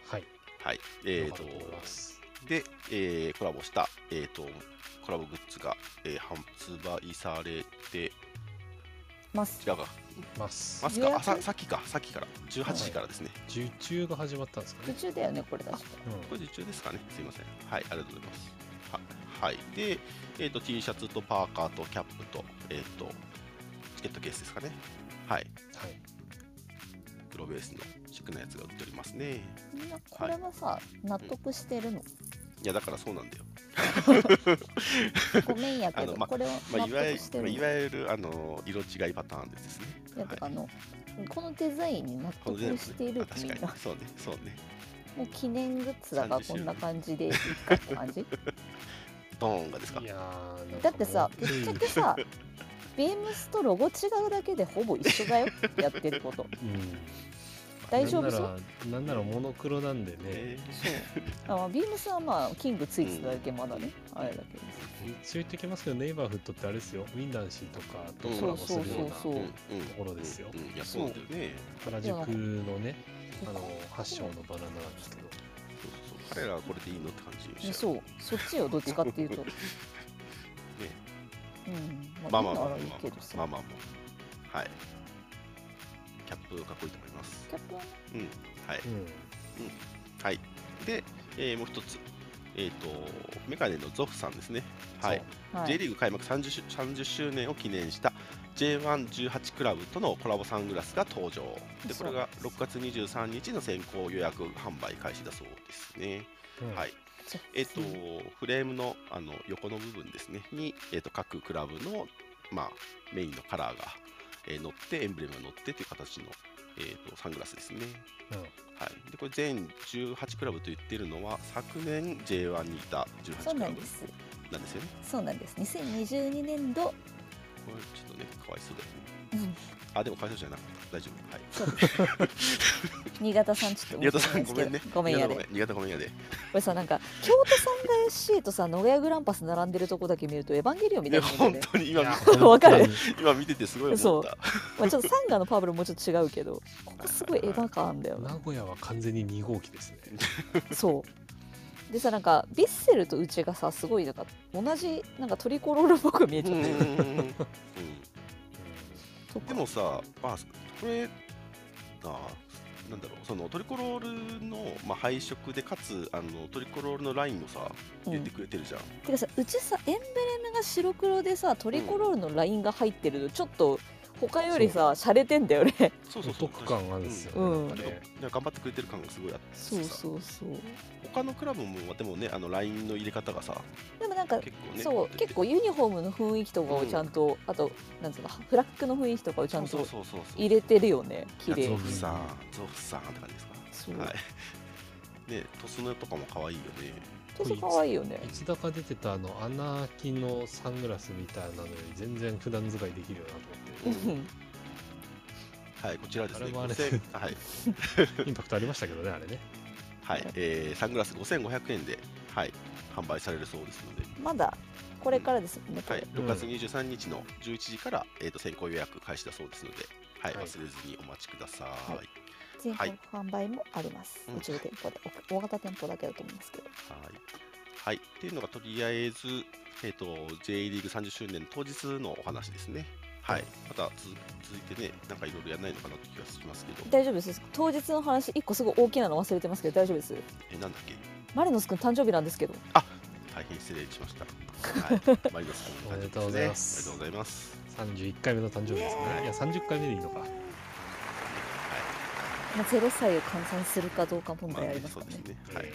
S1: はい。
S2: はい。えっ、
S1: よかったと思いま
S2: と、
S1: す。
S2: で、えーコラボした、えっ、と、コラボグッズが、えー発売されて、
S3: ます。
S2: 違うか、
S1: ます。
S2: ますか、あ
S3: 18
S2: ささっきか、さっきから、18時からですね。
S1: 受注が始まったんですか
S3: 途
S1: ね。
S3: 中だよね、これ確か。
S2: これ受注ですかね、すいません。はい、ありがとうございます。ははい、で、えーと、T シャツとパーカーとキャップと、えっ、と、チケットケースですかね。はい、
S1: うん。はい。
S2: 黒ベースのシックなやつが売っておりますね。
S3: みんなこれはさ、納得してるの。
S2: いや、だからそうなんだよ。
S3: ごめんやけ
S2: あ
S3: ど、
S2: のま
S3: これを
S2: ま
S3: 納
S2: あ、いわゆ
S3: 得
S2: る
S3: して
S2: まあ
S3: る
S2: い
S3: の。
S2: わゆるあの色違いパターンでですね。
S3: いや、てかあの、このデザインに納
S2: こ
S3: 得
S2: の全部
S3: している
S2: あ
S3: み
S2: 確
S3: ん
S2: か
S3: な
S2: に。そうね、そうね。
S3: もう記念グッズだから
S2: 30
S3: こんな 感じでいいかって感じ
S2: ドーンがですか
S1: いやーなん
S3: だ
S1: か
S3: ってさ
S1: もう
S3: ぶ っちゃけさビームスとロゴ違うだけでほぼ一緒 だよやってること
S1: うん。
S3: 大丈夫そう
S1: なんならなんならモノクロなんでね。
S2: え
S3: そうあまあビームスはまあキングついてただけまだね、あれだけです
S1: 一応言ってきますけど、ネイバーフットってあれですよ。ウィンダンシーとかとコラボす
S3: そう
S1: るような
S3: そう
S1: と
S3: そう
S2: うんうん
S1: ころですよ。
S2: うんうんいや、そうなんだよね。
S1: 原宿のね、あの
S3: ね
S1: 発祥のバナナなんですけど。
S2: そうそうそう彼らはこれでいいのって感じでし
S3: そうそっちよどっちか っていうとうん
S2: ま
S3: ま
S2: あ
S3: あ
S2: まあまあまあ
S3: いいならいいけどさ、
S2: まあまあまあはいキャップかっこいいと思います
S3: キャップはね
S2: うんはい
S1: うん。
S2: はいで、えーもう一つえっ、とメガネのゾフさんですねはい、
S3: はい
S2: J リーグ開幕 30, 周30周年を記念した J118 クラブとのコラボサングラスが登場でこれが6月23日の先行予約販売開始だそうですね
S1: そう。うん
S2: はい
S3: そう
S2: えっと、フレームのあの横の部分ですねに、えっと、各クラブの、まあ、メインのカラーが、えー乗ってエンブレムが乗ってという形の、えっとサングラスですね、
S1: うん
S2: はい、でこれ全18クラブと言ってるのは昨年 J1 にいた
S3: そ
S2: 18
S3: う
S2: ク
S3: な
S2: ラ
S3: ん
S2: ブ
S3: です
S2: なんですよね
S3: そうなんです2022年度
S2: これちょっとねかわいそうだよね
S3: うん
S2: あでもかわいそうじゃなかった大丈夫はい
S3: そうです新潟さんちょっと
S2: 新潟さんご
S3: 申し
S2: め
S3: 訳
S2: んね
S3: ないですけどごめんやで
S2: 新潟ごめんやで
S3: これさなんか京都サンガ SC とさ名古屋グランパス並んでるとこだけ見るとエヴァンゲリオンみ
S2: い
S3: たい
S2: や
S3: なも
S2: 本
S3: んだよね、
S2: 当に今見
S3: や わかる
S2: 今見ててすごい思った
S3: まあ、ちょっとサンガのパブロもちょっと違うけどここすごいエヴァ感あんだよ
S1: 名
S3: な
S1: 古屋は完全に2号機ですね。
S3: そうでさなんかヴィッセルとうちがさすごいなんか同じなんかトリコロールっぽく見えち
S2: う
S3: ゃっ
S2: ん
S3: てる
S2: うん
S3: とか
S2: でもさ、まあ、これあなんだろうそのトリコロールの、まあ、配色でかつあのトリコロールのラインをさ
S3: う
S2: 入れ
S3: ん
S2: て
S3: て
S2: くれてるじゃん、
S3: かさうちさエンブレムが白黒でさトリコロールのラインが入ってるのちょっと他よりさ洒落てんだよね
S2: そう
S1: お得感があるんですよね。
S3: うん
S1: なんかね
S2: うんいや頑張ってくれてる感がすごいあってさ
S3: そうそうそう
S2: 他のクラブもでもねあのラインの入れ方がさ
S3: でもなんか
S2: 結構ね
S3: そう結構ユニフォームの雰囲気とかをちゃんと、あとなんつうのフラッグの雰囲気とかをちゃん
S2: そう
S3: と
S2: そうそうそう
S3: 入れてるよね
S2: い
S3: 綺
S2: や
S3: 麗
S2: ゾ
S3: に
S2: フさんゾフさんって感じですか
S3: そう
S2: はいねトスネとかも可愛いよね
S3: ちょっと可愛いよね
S1: いつだか出てたあの穴開きのサングラスみたいなのより全然普段使いできるよなと
S2: う
S1: 思っ
S2: ん
S3: うん
S2: はいこちらですね
S1: あれもあれ
S2: 5000はい
S1: てインパクトありましたけどねあれね
S2: はい、えーサングラス5500円で、はい、販売されるそうですので、
S3: まだこれからですもんねこ
S2: は
S3: れ
S2: い、6月23日の11時から、えー、と先行予約開始だそうですので、はい、
S1: はい
S2: 忘れずにお待ちください。は
S3: はい全
S2: は
S3: 国
S2: い
S3: 販売もあります、
S2: うん
S3: 一部店舗で大型店舗だけだと思いますけど
S2: はい、っていうのがとりあえず、えー、と J リーグ30周年当日のお話ですね。はい、また続続いてね、なんかいろいろやらないのかなって気がしますけど、
S3: 大丈夫です当日の話一個すごい大きなの忘れてますけど大丈夫です
S2: えーなんだっけ、
S3: マリノス君誕生日なんですけど
S2: 大変失礼しまし た。はい、マリノス君の誕生日ですね
S1: おめでとうございます
S2: ありがとうございます。
S1: 31回目の誕生日ですねいや30回目でいいのか
S3: まあ0歳を換算するかどうか問題あります
S2: そ
S3: か
S2: う
S3: ら
S2: です
S3: ね,、
S2: ね。
S1: え
S2: はい。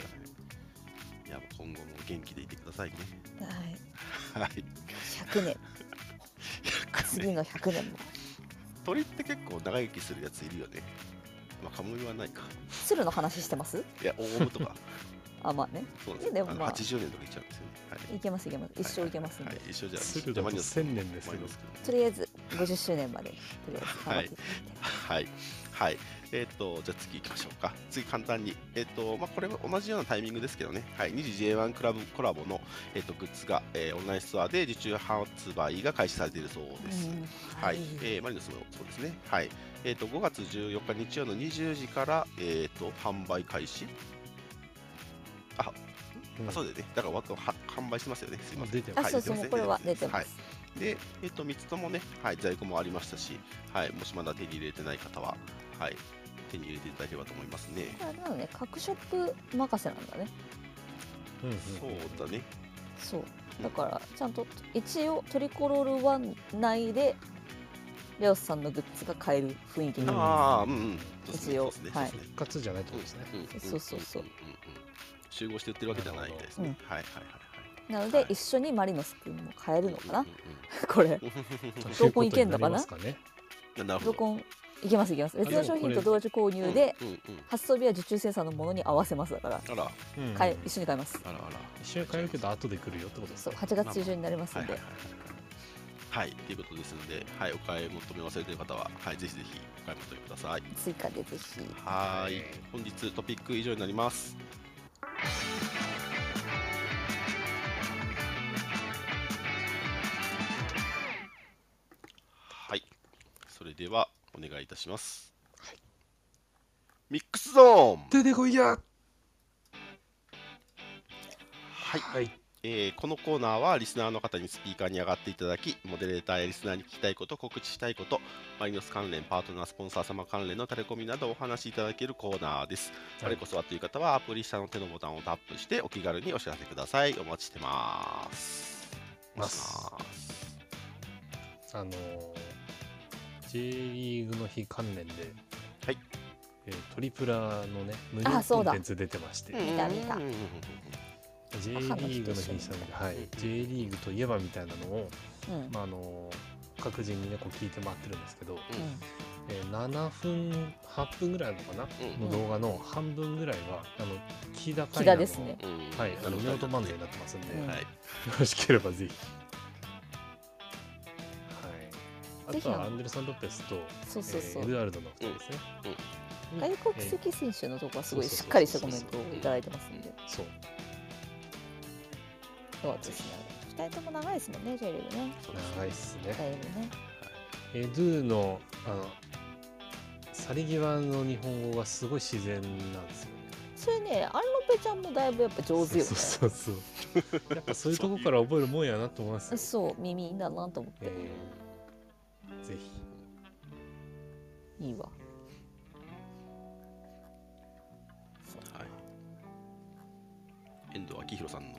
S1: え
S2: いや、今後も元気でいてくだ さいね。
S3: はい
S2: はい。
S3: 100年次の100年も
S2: 鳥って結構長生きするやついるよね。まあ、カモメはないか。
S3: 鶴の話してます
S2: いや、オウムと か。
S3: あまあね
S2: そうなんですよ。
S3: でもまあ
S2: の80年とかいっちゃうんですよね。はい。
S3: いけますいけます一生いけますんで、
S2: はい、一生じゃあ、
S1: 鶴だと
S2: マリノス
S1: 1000年ですけど
S2: マリノス君
S3: とりあえず50周年までにとりあえず頑張っていただいて。
S2: はい。はい。えっ、と、じゃあ次行きましょうか。次簡単に。えっ、と、まあ、これは同じようなタイミングですけどね。はい。2次 J1 クラブコラボの、えっ、と、グッズが、えーオンラインストアで受注発売が開始されているそうです。
S3: うん
S2: はい、えーマリノスもそうですね。はい。えっ、と、5月14日日曜の20時から、えっ、と、販売開始。あ、
S1: うん
S2: あそうだよね。だから、わっとは販売してますよね。すいませ
S1: 出
S2: ん。
S1: てま
S3: あ、
S2: は
S1: す
S2: い
S3: そうそう、
S2: 出てます
S3: も
S2: ね
S3: うこれは出てま
S2: はい
S3: す。
S2: で、えっと、3つともね、はい、在庫もありましたし、はい、もしまだ手に入れてない方は、はい、手に入れていただければと思いますね。
S3: あれなのね、各ショップ任せなんだね。
S1: うんうん
S2: そうだね。
S3: そう。だから、ちゃんと一応トリコロールワン内で、レオスさんのグッズが買える雰囲気
S1: うん
S3: なの。
S2: ああ、うんうん。そうですね
S3: 一応
S2: そうですね
S3: はい
S2: そうですね
S1: 復活じゃないってことですね。
S2: んんん
S3: そうそうそうん
S2: んん集合して売ってるわけじゃないみたいですね。
S3: うん
S2: はいはい
S3: なの
S2: は
S3: で
S2: い、
S3: 一緒にマリノス君も買えるのか
S2: はいは。
S3: ない これ。
S2: うんうんうん
S3: 同梱いけんのかな
S1: ということにります
S2: うんなるほ
S3: ゾ
S2: ど。
S3: コン、いけますいけます。別の商品と同時購入で、
S2: うんうんうん
S3: 発送日は受注生産のものに合わせますだから、
S2: あら、
S1: かね。
S3: 買
S1: う
S3: え
S1: ん
S3: 一緒に買います。
S2: あらあら。
S1: 一緒に帰るけど後で来るよってことです
S3: そう、
S1: ね。
S3: 8月中旬になります
S2: はい
S3: ん
S2: はいはい。
S3: で
S2: はい。はい、ということですので、はい、お買い求め忘れてる方は、はい、ぜひぜひお買い求めください。
S3: 追加でぜひ。
S2: はーい。本日トピック以上になります。はい。それではお願いいたします。
S1: はい
S2: ミックスゾーン。
S1: 出てこいや
S2: はい。
S1: はい。
S2: えーこのコーナーはリスナーの方にスピーカーに上がっていただき、モデレーターやリスナーに聞きたいこと、告知したいこと、マリノス関連、パートナー、スポンサー様関連のタレコミなどお話しいただけるコーナーです。我こそはという方はアプリ下の手のボタンをタップしてお気軽にお知らせください。お待ちしてます。お待ちしてます。
S1: あのー J リーグの日関連で、
S2: はい
S1: えートリプラのね無料
S3: あそうだ
S1: コンテンツ出てまして、
S3: 見た見た
S2: うんうんうんうん
S1: J リーグの日にしたので、はい
S2: うん、
S1: J リーグといえばみたいなのを、
S3: うん。
S1: まああのー各人にねこう聞いて回ってるんですけど、
S3: うん
S1: えー7分8分ぐらいのかな、
S2: うん
S1: の動画の半分ぐらいはあの木田海
S3: 木田
S1: 奈
S3: です
S1: の、
S3: ね。
S2: うん
S1: はいあの
S2: うん
S1: 見事漫才になってますんで、
S3: うん
S1: よ
S2: はい。
S1: ろしければぜひ。はい。あ
S3: ぜひ
S1: とはアンデルソン・ロペスと
S3: そうそうそう
S1: えーエドアルドの2人ですね。
S3: 外国籍選手のとこはすごいしっかりしたコメントをいただいてますんで、
S1: そう
S3: そうですね。二人とも長いですもんね、J リーグね。
S2: そうですね
S1: 長いっすね。
S3: だいぶね。
S1: エドゥのあの去り際の日本語がすごい自然なんですよね。
S3: それね、アンロペちゃんもだいぶやっぱ上手よね。
S1: そうそうそうそう。 やっぱそういうとこから覚えるもんやなと思いますよ。
S3: そう、耳いいんだなと思って。
S1: えーぜひ。
S3: いいわ。
S2: はい。遠藤昭弘さんの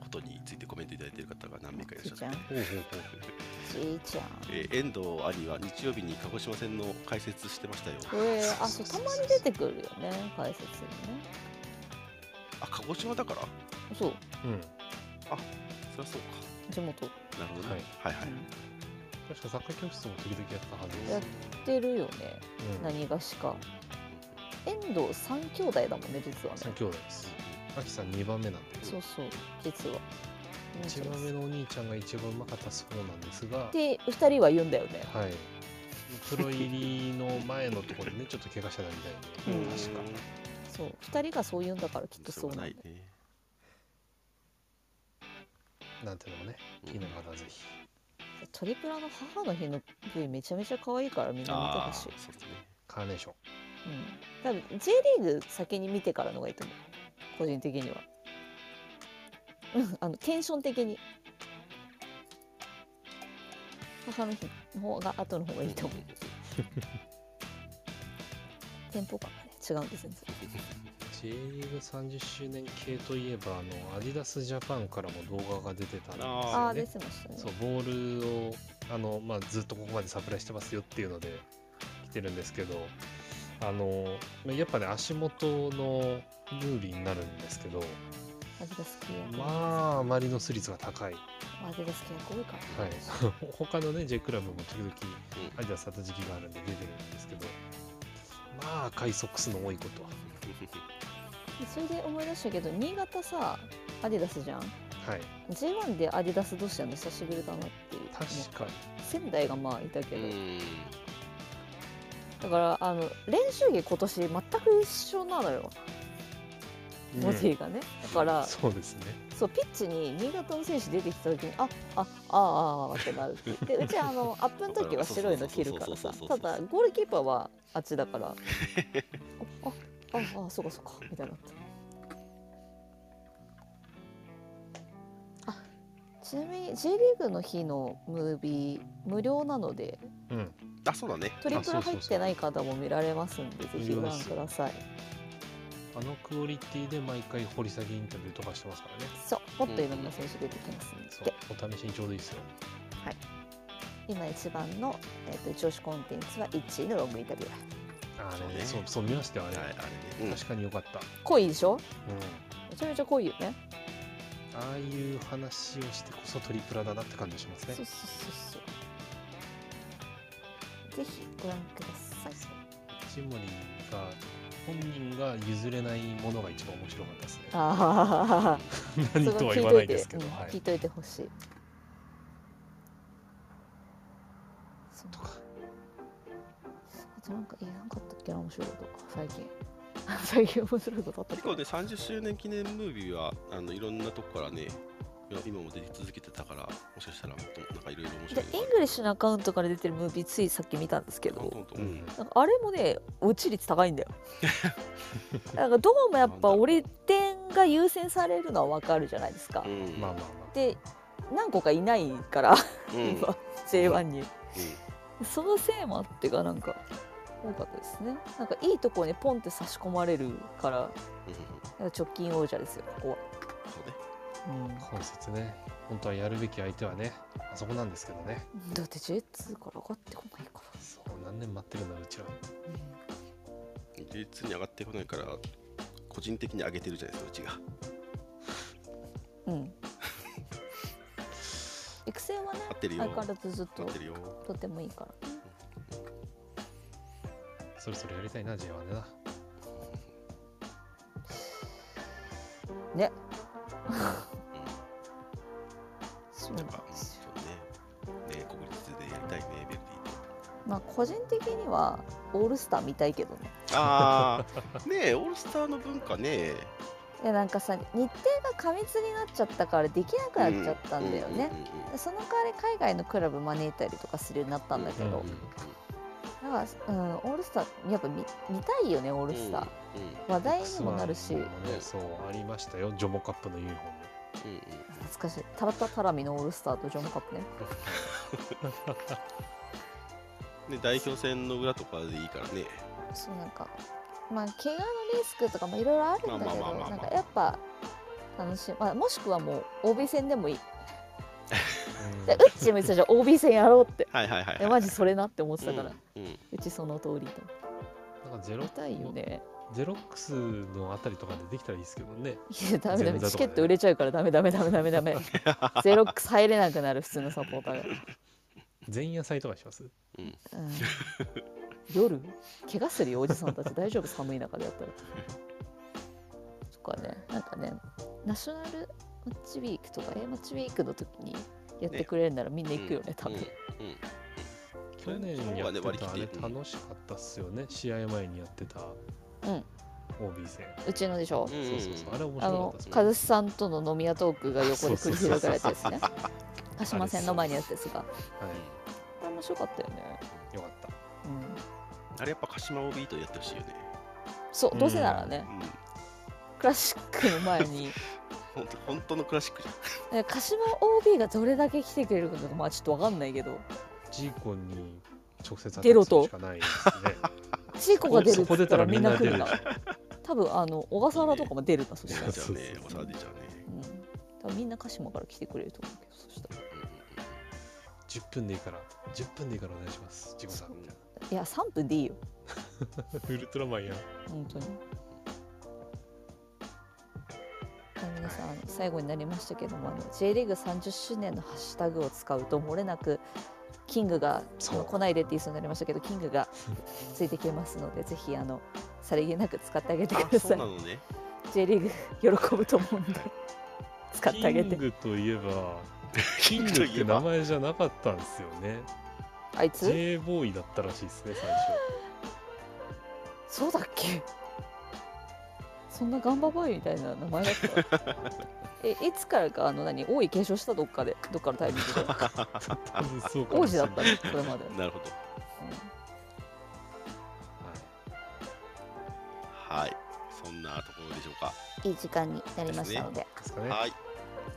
S2: ことについてコメントいただいている方が何名かいらっ
S3: ち
S2: し
S3: い
S2: ゃる
S3: ちゃん、
S1: ほうほうほう
S3: ちいちゃん。
S2: えー遠藤兄は日曜日に鹿児島戦の解説してましたよ。
S3: えー、あ、そう、たまに出てくるよね、解説にね。
S2: あ、鹿児島だから
S3: そう、
S1: うん。
S2: そりゃそう
S3: 地元。
S2: か。なるほど
S1: は
S2: ね
S1: い。
S2: はいは
S3: う
S2: い。
S3: ん
S1: 確かサッカー教室も時々やったはずです。
S3: やってるよね、
S1: うん。
S3: 何がしか。遠藤三兄弟だもんね、実はね
S1: 三。兄弟です。アキさん二番目なんで。
S3: そうそう、実は。
S1: 一番目のお兄ちゃんが一番うまかったそうなんですが
S3: っ。て二人は言うんだよね。
S1: はい。プロ入りの前のところでね、ちょっと怪我してたみたいで、
S3: うん
S1: 確か。
S3: そう、二人がそう言うんだからきっと
S2: し
S3: そ
S2: ょ
S3: う
S2: うが
S3: なん
S2: ない
S3: だよ。
S2: ね。
S1: なんていうのもね、
S2: うん
S1: 聞いながらぜひ。
S3: トリプラの母の日の V めちゃめちゃ可愛いからみんな見て
S2: ああ、
S3: ほし
S2: そ。
S3: いう
S2: ですね。
S1: カーネーション。
S3: うん。多分 J リーグ先に見てからの方がいいと思う。個人的には。うん、あのテンション的に。母の日の方が後の方がいいと思う。テンポ感がね違うんです全然
S1: J リーグ30周年系といえば、あの、アディダスジャパンからも動画が出てたんです
S2: あ
S3: あ
S1: よ
S3: あー出
S1: ね。
S3: てましたね。
S1: そう、ボールを、あの、まあ、ずっとここまでサプライしてますよっていうので、来てるんですけど、あの、まあやっぱね、足元のルーリーになるんですけど、
S3: 味が好きや。
S1: まあ、マリノス率が高い。
S3: アディダス契約多いからね、
S1: はい、他のね J クラブも時々
S2: うん
S1: アディダスだった時期があるんで出てるんですけどまあ赤いソックスの多いこと
S3: それで思い出したけど新潟さアディダスじゃん
S1: はい
S3: J1 でアディダス同士なの久しぶりだなっていう
S1: 確かに
S3: 仙台がまあいたけ
S2: う
S3: ど、
S2: ん
S3: だからあの練習着今年全く一緒なのよボディがね、だから
S1: そうですね
S3: そうピッチに新潟の選手出てきた時にああああああってな るっていうでうちはあのアップの時は白いの着るから
S2: そ
S3: さ
S2: うそうそうそ
S3: た
S2: うそう
S3: だゴールキーパーはあっちだからああああそうかそうかみたいになってあちなみに J リーグの日のムービー無料なので
S1: うん
S2: あそうだね
S3: トリプ
S1: あそう
S3: ル
S1: そう
S3: 入
S1: そう
S3: ってない方も見られますんでぜひご覧ください
S1: あのクオリティで毎回掘り下げインタビューとかしてますからね
S3: そうもっといろんな選手出てきますんで
S1: そうお試しにちょうどいいですよ
S3: 今一番の、えー、と一押しコンテンツは1位のロングインタビュー
S1: あ
S2: そう
S1: れ
S2: ね
S1: そうそう見ましたよあれ、
S2: はいあれね、
S1: 確かに良かった、
S3: 濃いでしょ
S1: うん、
S3: めちゃめちゃ濃いよね
S1: ああいう話をしてこそトリプラだなって感じします
S3: そう
S1: ね
S3: そうそうそうぜひご覧ください
S1: シモリンが本人が譲れないものが一番面白かったですね
S3: ああ
S1: 何とは言わないですけど、は
S3: 聞い
S1: い、
S3: といてほしいそう
S1: とか
S3: あとなんか言えなかったっけな面白いこと最近 最近面白いことあったっ
S2: 結
S3: けな
S2: 構ね30周年記念ムービーはあのいろんなとこからねいや今も出て続けてたからもしかしたらもっとなんかいろいろ面白
S3: で
S2: い
S3: イングリッシュのアカウントから出てるムービーついさっき見たんですけ
S2: トント
S3: ど
S2: ント
S1: う
S2: ンうん
S1: ん、
S3: なんかあれもね落ち率高い んだよなんかどうもやっぱ折り点が優先されるのは分かるじゃないですか、
S2: うん
S1: まあまあま
S3: で何個かいないから
S2: うんうん
S3: 今 J1 にそのせいもあってかなんか多かったですねなんかいいとこにポンって差し込まれるからなんか直近王者ですよここは、
S2: そうね
S1: あ今節ね本当はやるべき相手はねあそこなんですけどね
S3: うん、だって J2 から上がってこないか
S1: そう何年待ってるんだうちら
S3: ら、うん
S2: 技術に上がってこないから個人的に上げてるじゃないですかうちが
S3: うん。育成はね、
S2: 合ってるよ
S3: 相変わらずずっと
S2: なってるよ
S3: とてもいいから。
S1: そろそろやりたいな J1 でな
S3: ね。
S2: うん
S3: そう
S2: や
S3: なん
S2: っ
S3: で
S2: ぱうん
S3: すよ
S2: そうねね国立でやりたいねベルディ
S3: まあ個人的にはオールスター見たいけどね。
S2: とあ あねえオールスターの文化ね
S3: いやなんかさ日程が過密になっちゃったからできなくなっちゃったんだよね
S2: う。んうんうんうん
S3: でその代わり海外のクラブ招いたりとかするようになったんだけど
S1: うん、
S3: だから、うん、オールスターやっぱ見見たいよねオールスター、
S2: うんうん
S3: 話題にもなるし
S1: X1 もねそうありましたよジョモカップのユニフォーム
S2: うんうん
S3: 懐かしいタラタタラミのオールスターとジョンカップね
S2: ね代表戦の裏とかでいいからね
S3: そうなんかまあ怪我のリスクとかもいろいろあるんだけ
S2: まあまあまあまあ
S3: ど
S2: まあ
S3: なんかやっぱ楽しい、まあ、もしくはもう OB 戦でもいいでうっちも言ってたじゃん OB 戦やろうって
S2: はいはいはい
S3: い
S2: は
S3: や
S2: い
S3: マジそれなって思ってた
S2: う
S3: か
S2: ん
S3: ら、
S2: うん
S3: うちその通りと
S1: なんかゼロ
S3: 見たいよね
S1: ゼロックスのあたりとかでできたらいいですけどね
S3: いやダメダメ
S1: 全部だとかね
S3: チケット売れちゃうからダメダメダメダメダ メゼロックス入れなくなる普通のサポーターが、
S1: 前夜祭とかにします
S3: うん、夜怪我するよおじさんたち大丈夫寒い中でやったらとかねなんかねナショナルマッチウィークとか A マッチウィークの時にやってくれるならみんな行くよね多分、
S2: うんうん
S1: 去年やって
S2: その方がね割り
S1: たあれ
S2: 切ってうん
S1: 楽しかったっすよね試合前にやってた
S3: うん
S1: OB 戦
S3: うちのでしょ、
S2: うん
S1: そうそうそうあれ面白
S3: あ
S1: かっ
S3: の
S1: たっす
S3: 和志さんとの飲み屋トークが横で繰り広げられたやつ ね
S1: そう
S3: 鹿島線の前にやってですが
S1: は
S3: これ面白かったよね、
S1: いよかった
S3: うん、
S2: あれやっぱ鹿島 OB とやってほしいよね
S3: そうどうせならね、
S2: うん
S3: クラシックの前に
S2: 本当本当のクラシックじゃん
S3: え鹿島 OB がどれだけ来てくれるかとかまあちょっと分かんないけど
S1: ジーコンに直接当
S3: 出ろと
S1: しかないですね
S3: ジーコが出るっつったらみんな来るな
S1: そこ出たらみんな
S3: 多分あの小笠原とかも出るなそ したら、
S1: う
S2: 出
S1: そうそ
S2: ちゃ
S1: う
S2: うねおさら出ちゃうね
S3: うん、多分みんな鹿島から来てくれると思うけどそしたら
S2: うんうんうん
S1: 10分でいいから10分でいいからお願いしますジーコさんみたい
S3: いや3分でいいよ
S1: なウルトラマンや
S3: 本当に。あの皆さんあの最後になりましたけどもあの J リーグ30周年のハッシュタグを使うと漏れなくキングが
S1: そう
S3: 来ないでって言いそうになりましたけどキングがついてきますのでぜひあのさりげなく使ってあげてく
S2: あ
S3: だ
S2: そ
S3: さ
S2: う
S3: い
S2: なのね
S3: J リーグ喜ぶと思うんで使ってあげ
S1: キ
S3: て
S1: ングといえばキング
S2: と
S1: っ
S2: いえ
S1: て名
S2: ば
S1: 前じゃなかったんですよね
S3: あいつ
S1: J ボーイだったらしいですね最
S3: そうだっけそんなガンバボーイみたいな名前だったえいつからかあの何王位継承したどっかでどっかのタイミングで
S1: 初多分そうか
S3: 王
S1: も
S3: 子
S1: しれ
S3: だ
S1: ない
S3: ったのそれまで、う ん
S2: なるほど。はい。そんなところでしょうか。
S4: いい時間になりましたので、
S1: ですかね
S2: はい。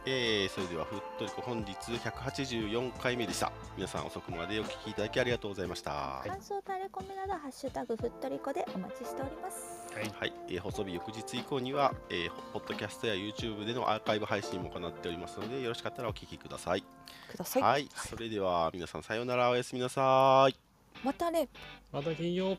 S2: えーそれではふっとりこ本日184回目でした。皆さん遅くまでお聞きいただきありがとうございました。は
S4: 感想タレコミなどハッシュタグふっとりこでお待ちしております
S1: はい
S2: はい、えー、放送日翌日以降には、えー、ポッドキャストや YouTube でのアーカイブ配信も行っておりますので、よろしかったらお聞きください。
S3: くださ、
S2: はいい、それでは皆さんさようなら、おやすみなさい。
S3: またね
S1: また金曜